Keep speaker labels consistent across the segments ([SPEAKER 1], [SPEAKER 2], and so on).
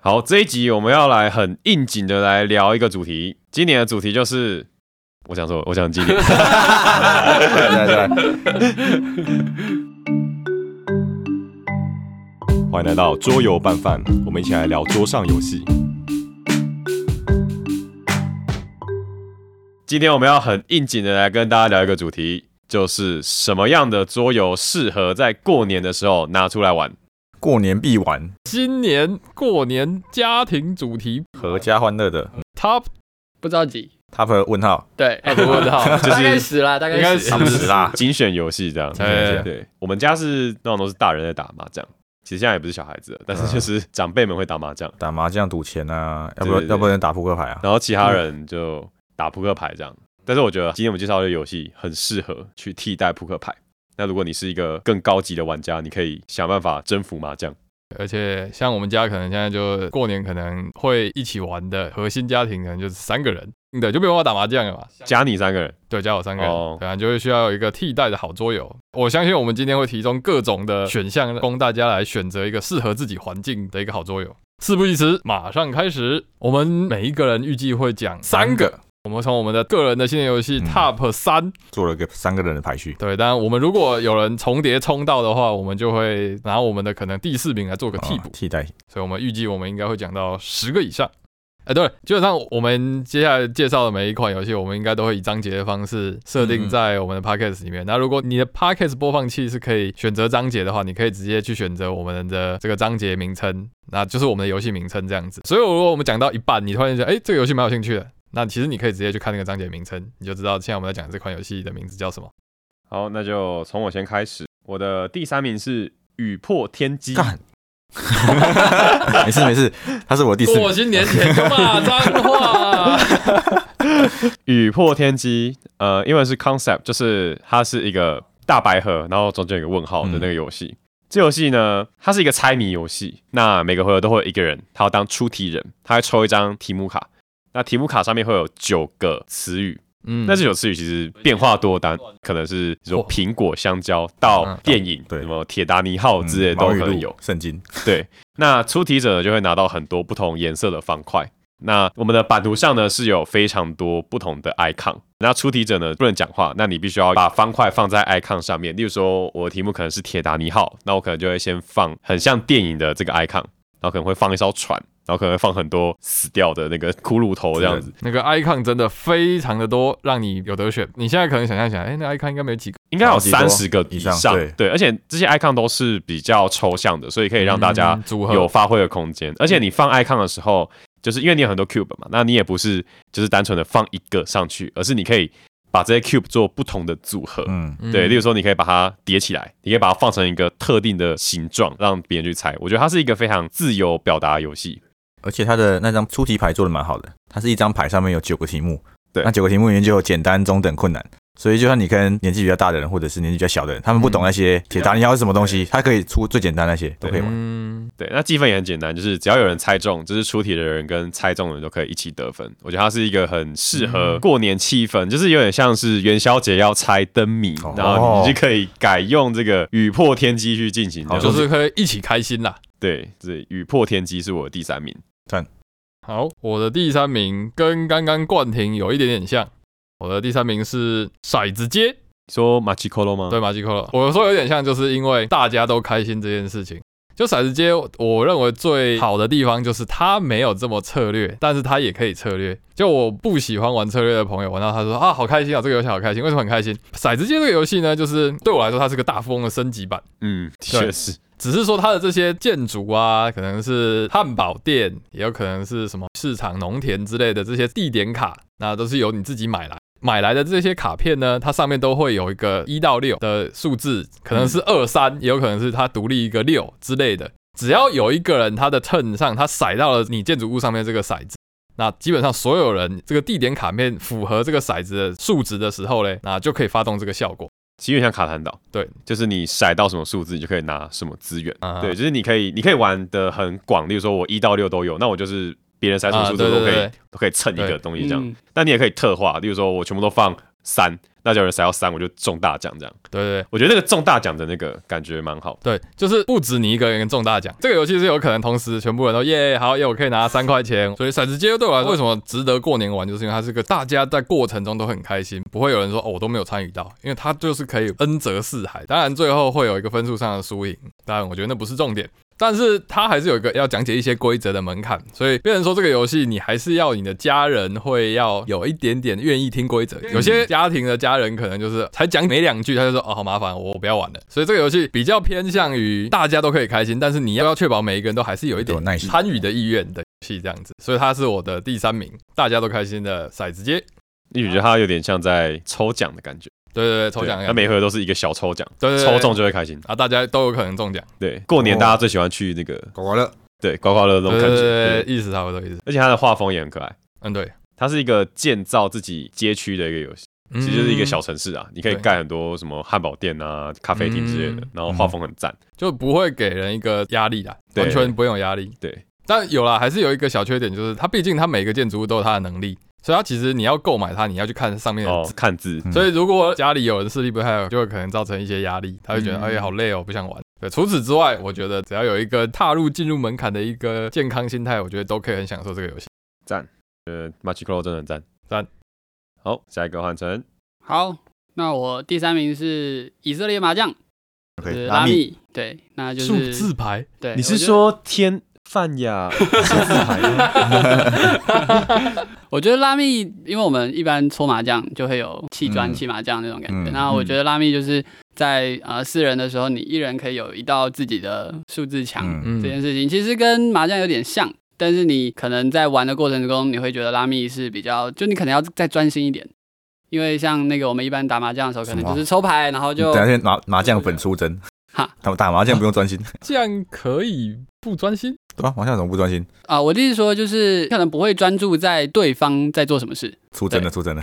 [SPEAKER 1] 好，这一集我们要来很应景的来聊一个主题，今年的主题就是。我想说，我想今年
[SPEAKER 2] 对对对，
[SPEAKER 3] 欢迎来到桌游拌饭，我们一起来聊桌上游戏。
[SPEAKER 1] 今天我们要很应景的来跟大家聊一个主题，就是什么样的桌游适合在过年的时候拿出来 玩。
[SPEAKER 2] 过年必玩，
[SPEAKER 4] 今年过年家庭主题
[SPEAKER 2] 合家欢乐的
[SPEAKER 4] Top
[SPEAKER 5] 不着急，
[SPEAKER 2] Top 问号，
[SPEAKER 5] 对，
[SPEAKER 4] 哎，不问号，
[SPEAKER 1] 就是
[SPEAKER 5] 大概十啦，大
[SPEAKER 4] 应
[SPEAKER 5] 概
[SPEAKER 4] 该
[SPEAKER 5] 十
[SPEAKER 4] 是。
[SPEAKER 2] 不是啦，
[SPEAKER 1] 精选游戏这啊样。
[SPEAKER 4] 哎
[SPEAKER 1] 对，我们家是那种都是大人在打麻将，其实现在也不是小孩子了，但是就是长辈们会打麻将，
[SPEAKER 2] 打麻将赌钱啊，要不
[SPEAKER 1] 对对对
[SPEAKER 2] 要不然打扑克牌啊，
[SPEAKER 1] 然后其他人就打扑克牌这样。但是我觉得今天我们介绍的游戏很适合去替代扑克牌。那如果你是一个更高级的玩家，你可以想办法征服麻将。
[SPEAKER 4] 而且像我们家可能现在就过年可能会一起玩的核心家庭可能就是三个人，嗯对，就没有办法打麻将了嘛。
[SPEAKER 1] 加你三个人，
[SPEAKER 4] 对，加我三个人，
[SPEAKER 1] 哦
[SPEAKER 4] 对啊，就会需要有一个替代的好桌游。我相信我们今天会提供各种的选项，供大家来选择一个适合自己环境的一个好桌游。事不宜迟，马上开始。我们每一个人预计会讲三个，
[SPEAKER 2] 个
[SPEAKER 4] 我们从我们的个人的新年游戏
[SPEAKER 2] 嗯
[SPEAKER 4] Top 三、
[SPEAKER 2] 做了个三个人的排序，
[SPEAKER 4] 对，当然我们如果有人重叠冲到的话，我们就会拿我们的可能第四名来做个替补，
[SPEAKER 2] 啊替代，
[SPEAKER 4] 所以我们预计我们应该会讲到十个以上。哎，对，基本上我们接下来介绍的每一款游戏，我们应该都会以章节的方式设定在我们的 podcast 里面。那如果你的 podcast 播放器是可以选择章节的话，你可以直接去选择我们的这个章节名称，那就是我们的游戏名称这样子。所以如果我们讲到一半，你突然觉得哎这个游戏蛮有兴趣的，那其实你可以直接去看那个章节名称，你就知道现在我们在讲这款游戏的名字叫什么。
[SPEAKER 1] 好，那就从我先开始。我的第三名是《雨破天机》，
[SPEAKER 2] 干，没事没事，他是我第四名，
[SPEAKER 5] 过新年前就 骂脏话，
[SPEAKER 1] 雨破天机，呃，因为是 concept，就是它是一个大白盒，然后中间有一个问号的
[SPEAKER 2] 嗯
[SPEAKER 1] 那个游戏。这游戏呢，它是一个猜谜游戏。那每个回合都会有一个人，他要当出题人，他会抽一张题目卡。那题目卡上面会有九个词语，
[SPEAKER 4] 嗯
[SPEAKER 1] 那这九个词语其实变化多端，可能是说苹果、香蕉到
[SPEAKER 4] 嗯
[SPEAKER 1] 电影，
[SPEAKER 2] 哦啊对
[SPEAKER 1] 什么铁达尼号之类
[SPEAKER 2] 嗯
[SPEAKER 1] 的都
[SPEAKER 2] 毛
[SPEAKER 1] 可
[SPEAKER 2] 语
[SPEAKER 1] 能
[SPEAKER 2] 录
[SPEAKER 1] 有。
[SPEAKER 2] 圣经，
[SPEAKER 1] 对，那出题者呢就会拿到很多不同颜色的方块。那我们的版图上呢是有非常多不同的 icon。那出题者呢不能讲话，那你必须要把方块放在 icon 上面。例如说，我的题目可能是铁达尼号，那我可能就会先放很像电影的这个 icon，然后可能会放一艘船，然后可能会放很多死掉的那个骷髅头这样子。
[SPEAKER 4] 那个 icon 真的非常的多，让你有得选。你现在可能想象起来，哎、那 icon 应该没有几个。
[SPEAKER 1] 应该有
[SPEAKER 2] 超级多
[SPEAKER 1] 三十个以
[SPEAKER 2] 以
[SPEAKER 1] 上
[SPEAKER 2] 上对
[SPEAKER 1] 对，而且这些 icon 都是比较抽象的，所以可以让大家
[SPEAKER 4] 嗯组合
[SPEAKER 1] 有发挥的空间。而且你放 icon 的时候，就是因为你有很多 cube 嘛，那你也不是就是单纯的放一个上去，而是你可以把这些 cube 做不同的组合。
[SPEAKER 2] 嗯，
[SPEAKER 1] 对，例如说，你可以把它叠起来，你可以把它放成一个特定的形状，让别人去猜。我觉得它是一个非常自由表达的游戏。
[SPEAKER 2] 而且他的那张出题牌做的蛮好的，它是一张牌上面有九个题目，
[SPEAKER 1] 对
[SPEAKER 2] 那九个题目里面就有简单、中等、困难。所以，就算你跟年纪比较大的人，或者是年纪比较小的人，他们不懂那些铁达尼号是什么东西，他可以出最简单那些都可以玩。
[SPEAKER 4] 嗯，
[SPEAKER 1] 对，那积分也很简单，就是只要有人猜中，就是出题的人跟猜中的人都可以一起得分。我觉得它是一个很适
[SPEAKER 4] 嗯
[SPEAKER 1] 合过年气氛，就是有点像是元宵节要猜灯谜，
[SPEAKER 2] 哦
[SPEAKER 1] 然后你就可以改用这个雨破天机去进行这样。
[SPEAKER 2] 好
[SPEAKER 4] 就是可以一起开心啦。
[SPEAKER 1] 对，这雨破天机是我的第三名。
[SPEAKER 4] 好，我的第三名跟刚刚冠廷有一点点像，我的第三名是骰子街，
[SPEAKER 1] 你说马奇科罗吗？
[SPEAKER 4] 对马吉克了。我说有点像，就是因为大家都开心这件事情。就骰子街，我认为最好的地方就是它没有这么策略，但是它也可以策略。就我不喜欢玩策略的朋友，玩到他说啊，好开心啊，这个游戏好开心，为什么很开心？骰子街这个游戏呢，就是对我来说，它是个大富翁的升级版。
[SPEAKER 1] 嗯，的
[SPEAKER 4] 对
[SPEAKER 1] 确是。
[SPEAKER 4] 只是说它的这些建筑啊，可能是汉堡店，也有可能是什么市场、农田之类的这些地点卡，那都是由你自己买来。买来的这些卡片呢，它上面都会有一个一到六的数字，可能是二三，也有可能是它独立一个六之类的。只要有一个人他的 turn 上，他骰到了你建筑物上面这个骰子，那基本上所有人这个地点卡片符合这个骰子的数值的时候嘞，那就可以发动这个效果。
[SPEAKER 1] 其实有点像卡坦岛，
[SPEAKER 4] 对，
[SPEAKER 1] 就是你骰到什么数字，你就可以拿什么资源。
[SPEAKER 4] 啊
[SPEAKER 1] 对，就是你可以，你可以玩的很广，例如说我一到六都有，那我就是别人骰什么
[SPEAKER 4] 啊
[SPEAKER 1] 数字，
[SPEAKER 4] 对
[SPEAKER 1] 我
[SPEAKER 4] 对
[SPEAKER 1] 可以
[SPEAKER 4] 对
[SPEAKER 1] 都可以蹭一个东西这样。
[SPEAKER 5] 嗯
[SPEAKER 1] 那你也可以特化，例如说我全部都放三，那就有人甩到三，我就中大奖这样。
[SPEAKER 4] 对对对。
[SPEAKER 1] 我觉得那个中大奖的那个感觉蛮好的。
[SPEAKER 4] 对，就是不止你一个人中大奖，这个游戏是有可能同时全部人都耶好耶，我可以拿三块钱，所以骰子街对我来说为什么值得过年玩，就是因为它是个大家在过程中都很开心，不会有人说哦我都没有参与到，因为它就是可以恩泽四海，当然最后会有一个分数上的输赢，当然我觉得那不是重点。但是它还是有一个要讲解一些规则的门槛，所以变成说这个游戏你还是要你的家人会要有一点点愿意听规则。有些
[SPEAKER 1] 嗯
[SPEAKER 4] 家庭的家人可能就是才讲没两句他就说哦好麻烦，我我不要玩了。所以这个游戏比较偏向于大家都可以开心，但是你要要确保每一个人都还是有一点
[SPEAKER 2] 有耐心
[SPEAKER 4] 参与的意愿的游戏这样子。所以它是我的第三名，大家都开心的骰子街。
[SPEAKER 1] 你觉得它有点像在抽奖的感觉，
[SPEAKER 4] 对对对，抽奖
[SPEAKER 1] 对
[SPEAKER 4] 一
[SPEAKER 1] 它
[SPEAKER 4] 样
[SPEAKER 1] 每回都是一个小抽奖，
[SPEAKER 4] 对对对
[SPEAKER 1] 抽中就会开心。
[SPEAKER 4] 啊，大家都有可能中奖。
[SPEAKER 1] 对，过年
[SPEAKER 2] 哦
[SPEAKER 1] 大家最喜欢去那个
[SPEAKER 2] 刮刮乐，
[SPEAKER 1] 对刮刮乐那
[SPEAKER 4] 对
[SPEAKER 1] 种
[SPEAKER 4] 哦对
[SPEAKER 1] 感觉，
[SPEAKER 4] 对，
[SPEAKER 1] 对
[SPEAKER 4] 对意思差不多意思。
[SPEAKER 1] 而且它的画风也很可爱。
[SPEAKER 4] 嗯，对，
[SPEAKER 1] 它是一个建造自己街区的一个游戏，
[SPEAKER 4] 其
[SPEAKER 1] 其实就是一个小城市啊，你可以
[SPEAKER 4] 对
[SPEAKER 1] 盖很多什么汉堡店啊、咖啡厅之类的
[SPEAKER 4] 嗯，
[SPEAKER 1] 然后画风很赞。
[SPEAKER 4] 就不会给人一个压力啦，
[SPEAKER 1] 对
[SPEAKER 4] 完全不会有压力。
[SPEAKER 1] 对，
[SPEAKER 4] 但有啦，还是有一个小缺点，就是它毕竟它每个建筑物都有它的能力，所以它其实你要购买它，你要去看上面的
[SPEAKER 1] 哦
[SPEAKER 4] 字。，
[SPEAKER 1] 看字
[SPEAKER 2] 嗯
[SPEAKER 4] 所以如果家里有人视力不太，就会可能造成一些压力，他会觉得、
[SPEAKER 5] 嗯
[SPEAKER 4] 哎呀好累哦，不想玩。对，除此之外，我觉得只要有一个踏入进入门槛的一个健康心态，我觉得都可以很享受这个游戏。
[SPEAKER 1] 呃，Magical 真的很赞
[SPEAKER 4] 赞。
[SPEAKER 1] 好，下一个换成
[SPEAKER 5] 好，那我第三名是以色列麻将，
[SPEAKER 2] OK，
[SPEAKER 5] 就是
[SPEAKER 2] 拉
[SPEAKER 5] 呃拉
[SPEAKER 2] 密
[SPEAKER 5] 密，对，那就
[SPEAKER 4] 数
[SPEAKER 5] 是
[SPEAKER 4] 字牌，
[SPEAKER 5] 对，
[SPEAKER 1] 你
[SPEAKER 5] 我
[SPEAKER 1] 是
[SPEAKER 5] 觉得
[SPEAKER 1] 说天范呀？
[SPEAKER 5] 我觉得拉密，因为我们一般搓麻将就会有砌砖、
[SPEAKER 2] 嗯
[SPEAKER 5] 砌麻将那种感觉。
[SPEAKER 2] 嗯
[SPEAKER 5] 那我觉得拉密就是在呃四人的时候，你一人可以有一道自己的数字墙、
[SPEAKER 2] 嗯，
[SPEAKER 4] 嗯
[SPEAKER 5] 这件事情，其实跟麻将有点像。但是你可能在玩的过程中，你会觉得拉密是比较，就你可能要再专心一点，因为像那个我们一般打麻将的时候，可能
[SPEAKER 2] 什么
[SPEAKER 5] 就是抽牌，然后
[SPEAKER 2] 等
[SPEAKER 5] 就
[SPEAKER 2] 下先麻麻将粉出征，
[SPEAKER 5] 哈
[SPEAKER 2] 他们打麻 将不用专心，
[SPEAKER 4] 这样可以不专心？
[SPEAKER 2] 对吧？麻将怎么不专心？
[SPEAKER 5] 啊、我的意思说就是可能不会专注在对方在做什么事，
[SPEAKER 2] 出征了，出征了，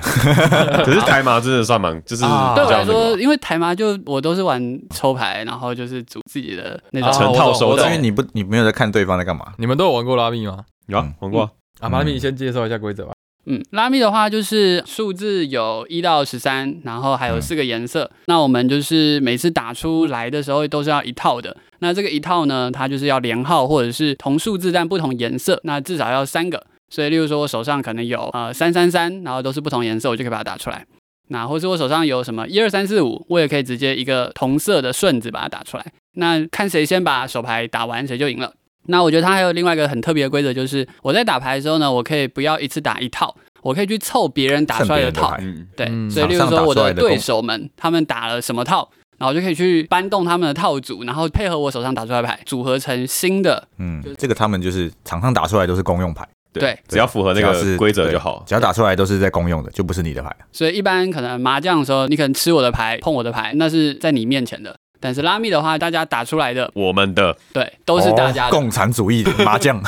[SPEAKER 1] 可是台麻真的算蛮，就是比
[SPEAKER 2] 啊
[SPEAKER 5] 对我
[SPEAKER 1] 较
[SPEAKER 5] 来
[SPEAKER 1] 那个
[SPEAKER 5] 说，因为台麻就我都是玩抽牌，然后就是组自己的那种。
[SPEAKER 4] 啊
[SPEAKER 1] 成套收
[SPEAKER 4] 我懂
[SPEAKER 1] 藏
[SPEAKER 2] 因为。你不你没有在看对方在干嘛，
[SPEAKER 4] 你们都有玩过拉密吗？
[SPEAKER 1] 有啊
[SPEAKER 2] 嗯，
[SPEAKER 1] 玩过啊。
[SPEAKER 4] 啊，
[SPEAKER 2] 嗯
[SPEAKER 4] 拉密先介绍一下规则吧。
[SPEAKER 5] 嗯，拉密的话就是数字有一到十三，然后还有
[SPEAKER 2] 嗯
[SPEAKER 5] 四个颜色。那我们就是每次打出来的时候都是要一套的。那这个一套呢，它就是要连号或者是同数字但不同颜色，那至少要三个。所以，例如说我手上可能有呃三三三，然后都是不同颜色，我就可以把它打出来。那或是我手上有什么一二三四五，我也可以直接一个同色的顺子把它打出来。那看谁先把手牌打完，谁就赢了。那我觉得它还有另外一个很特别的规则，就是我在打牌的时候呢，我可以不要一次打一套，我可以去凑别人打
[SPEAKER 2] 趁
[SPEAKER 5] 出来
[SPEAKER 2] 别
[SPEAKER 5] 的
[SPEAKER 2] 人的
[SPEAKER 5] 套。
[SPEAKER 2] 牌
[SPEAKER 1] 嗯，
[SPEAKER 5] 对，
[SPEAKER 4] 嗯
[SPEAKER 5] 所以例如
[SPEAKER 2] 场上打
[SPEAKER 5] 说我
[SPEAKER 2] 出来
[SPEAKER 5] 的
[SPEAKER 2] 的
[SPEAKER 5] 对
[SPEAKER 2] 攻
[SPEAKER 5] 手们他们打了什么套，然后我就可以去搬动他们的套组，然后配合我手上打出来的牌，组合成新的。
[SPEAKER 2] 嗯
[SPEAKER 5] 就是，哦
[SPEAKER 2] 这个他们就是场上打出来都是公用牌，
[SPEAKER 5] 对
[SPEAKER 1] 只要符合那
[SPEAKER 2] 只要
[SPEAKER 1] 个
[SPEAKER 2] 是
[SPEAKER 1] 规则就好。
[SPEAKER 2] 只要打出来都是在公用的，就不是你的牌。
[SPEAKER 5] 所以一般可能麻将的时候，你可能吃我的牌、碰我的牌，那是在你面前的。但是拉密的话，大家打出来的，
[SPEAKER 1] 我们的
[SPEAKER 5] 对，都是大家
[SPEAKER 2] 哦
[SPEAKER 5] 的。
[SPEAKER 2] 共产主义的麻 将，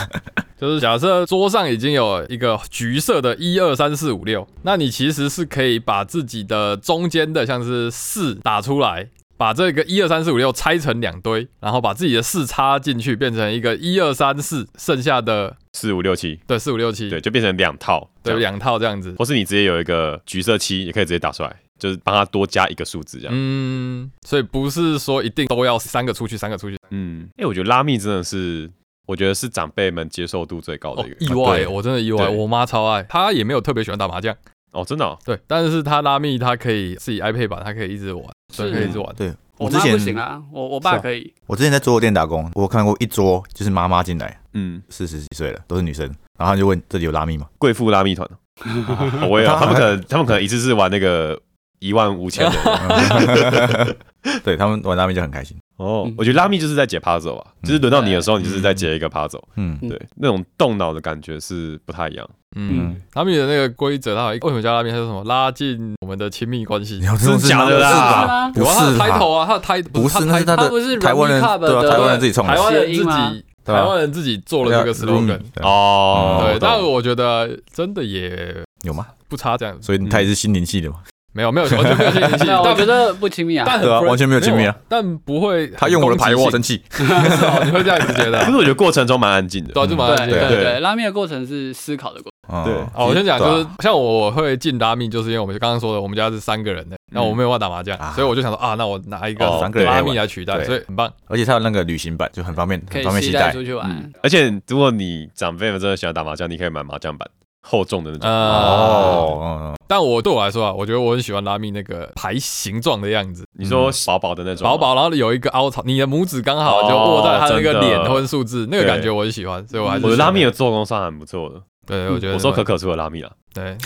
[SPEAKER 4] 就是假设桌上已经有一个橘色的一二三四五六，那你其实是可以把自己的中间的像是四打出来，把这个一二三四五六拆成两堆，然后把自己的四插进去，变成一个一二三四，剩下的
[SPEAKER 1] 四五六七，
[SPEAKER 4] 对四五六七，
[SPEAKER 1] 对，就变成两套，
[SPEAKER 4] 对
[SPEAKER 1] 这样
[SPEAKER 4] 两套这样子。
[SPEAKER 1] 或是你直接有一个橘色七，也可以直接打出来，就是帮他多加一个数字这样。
[SPEAKER 4] 嗯，所以不是说一定都要三个出去，三个出去
[SPEAKER 1] 嗯，哎、我觉得拉密真的是，我觉得是长辈们接受度最高
[SPEAKER 4] 哦
[SPEAKER 1] 的一，个。
[SPEAKER 4] 意外，
[SPEAKER 2] 对
[SPEAKER 4] 我真的意外，
[SPEAKER 1] 啊对
[SPEAKER 4] 我妈超爱，她也没有特别喜欢打麻将，
[SPEAKER 1] 哦，真的、哦，
[SPEAKER 4] 对，但是她拉密，她可以自己 iPad 版，她可以一直玩，所以可以一直玩。
[SPEAKER 2] 对
[SPEAKER 5] 我
[SPEAKER 2] 我
[SPEAKER 5] 妈
[SPEAKER 2] 之
[SPEAKER 5] 不行
[SPEAKER 2] 前
[SPEAKER 5] 啊，我我
[SPEAKER 4] 是
[SPEAKER 5] 爸
[SPEAKER 4] 啊
[SPEAKER 5] 可以。
[SPEAKER 2] 我之前在桌游店打工，我看过一桌就是妈妈进来，
[SPEAKER 1] 嗯，
[SPEAKER 2] 四十几岁了，都是女生，然后她就问这里有拉 密吗？
[SPEAKER 1] 贵妇拉密团，哦我也有，他们可能他们可能一次是玩那个一万五千的。
[SPEAKER 2] 对他们玩拉密就很开心，
[SPEAKER 1] 哦，
[SPEAKER 4] 嗯
[SPEAKER 1] 我觉得拉密就是在解 puzzle 啊，就是轮到你的时候，你就是在解一个 puzzle，、
[SPEAKER 2] 嗯，
[SPEAKER 5] 嗯
[SPEAKER 1] 对，那种动脑的感觉是不太一样。
[SPEAKER 4] 嗯，拉面的那个规则，它好像为什么叫拉面？它是什么？拉近我们的亲密 关系。
[SPEAKER 2] 有这种事吗
[SPEAKER 1] 真假的啦
[SPEAKER 2] 是
[SPEAKER 5] 是
[SPEAKER 2] 吧
[SPEAKER 5] 吗
[SPEAKER 2] 不
[SPEAKER 4] 有啊，它的
[SPEAKER 2] 是吧
[SPEAKER 4] 抬头啊，它的抬
[SPEAKER 2] 不是，那
[SPEAKER 4] 它
[SPEAKER 2] 是他
[SPEAKER 4] 抬
[SPEAKER 5] 他不是
[SPEAKER 2] 的台湾人
[SPEAKER 5] Rugby Club
[SPEAKER 2] 对啊，
[SPEAKER 5] 的
[SPEAKER 2] 台湾人自己创
[SPEAKER 4] 台
[SPEAKER 2] 的，
[SPEAKER 4] 湾人
[SPEAKER 5] 谐
[SPEAKER 4] 自
[SPEAKER 5] 音吗
[SPEAKER 4] 己
[SPEAKER 2] 对啊吧
[SPEAKER 4] 台湾人自己做了这个 slogan。
[SPEAKER 2] 对啊
[SPEAKER 1] 哦，
[SPEAKER 2] 嗯
[SPEAKER 4] 对，但
[SPEAKER 1] 我
[SPEAKER 4] 我觉得真的也
[SPEAKER 2] 有吗？
[SPEAKER 4] 不差这样，
[SPEAKER 2] 所以他也是心灵系的嘛，
[SPEAKER 4] 没有没有完全 没有联系。
[SPEAKER 5] 那我觉
[SPEAKER 4] 但
[SPEAKER 5] 得不亲密啊。
[SPEAKER 4] 但很
[SPEAKER 2] 对啊
[SPEAKER 4] friend-
[SPEAKER 2] 完全没有亲密啊
[SPEAKER 4] 没有，但不会。
[SPEAKER 2] 他用我的牌我生，气，
[SPEAKER 4] 是哦，你会这样子觉 得
[SPEAKER 1] 可？是我觉得过程中蛮安静的
[SPEAKER 4] 对，啊，就蛮
[SPEAKER 5] 对对
[SPEAKER 1] 对
[SPEAKER 5] 对，拉面的过程是思考的过
[SPEAKER 2] 嗯
[SPEAKER 3] 对
[SPEAKER 4] 哦，我先讲，
[SPEAKER 2] 对啊
[SPEAKER 4] 就是像我会进拉密，就是因为我们刚刚说的，我们家是三个人的，那我没有办法打麻将
[SPEAKER 2] 啊，
[SPEAKER 4] 所以我就想说啊，那我拿一个
[SPEAKER 2] 哦三个人
[SPEAKER 4] 拉
[SPEAKER 2] 来
[SPEAKER 4] 密
[SPEAKER 2] 玩
[SPEAKER 4] 来取代，
[SPEAKER 2] 对
[SPEAKER 4] 所以很棒。
[SPEAKER 2] 而且它有那个旅行版，就很方便，
[SPEAKER 5] 可
[SPEAKER 2] 很
[SPEAKER 5] 以
[SPEAKER 2] 方便
[SPEAKER 5] 携
[SPEAKER 2] 携
[SPEAKER 5] 带
[SPEAKER 2] 带嗯
[SPEAKER 5] 出。去
[SPEAKER 4] 啊嗯
[SPEAKER 5] 玩。
[SPEAKER 1] 而且如果你长辈们真的喜欢打麻将，你可以买麻将板，厚重的那种。
[SPEAKER 5] 啊
[SPEAKER 4] 呃，
[SPEAKER 2] 哦，
[SPEAKER 4] 但我对我来说啊，我觉得我很喜欢拉密那个牌形状的样子，
[SPEAKER 1] 你说薄薄的那种啊吗，
[SPEAKER 4] 嗯薄薄，然后有一个凹槽，你的拇指刚好
[SPEAKER 1] 哦
[SPEAKER 4] 就握在他那个
[SPEAKER 1] 真的
[SPEAKER 4] 脸或者数字，那个
[SPEAKER 1] 对
[SPEAKER 4] 感觉我很喜欢，所以我还是
[SPEAKER 1] 我的拉密
[SPEAKER 4] 喜
[SPEAKER 1] 的
[SPEAKER 4] 欢，
[SPEAKER 1] 做工算很不错的。
[SPEAKER 4] 对，我觉得
[SPEAKER 1] 我说可
[SPEAKER 4] 很棒
[SPEAKER 1] 可出的拉密啊，
[SPEAKER 4] 对，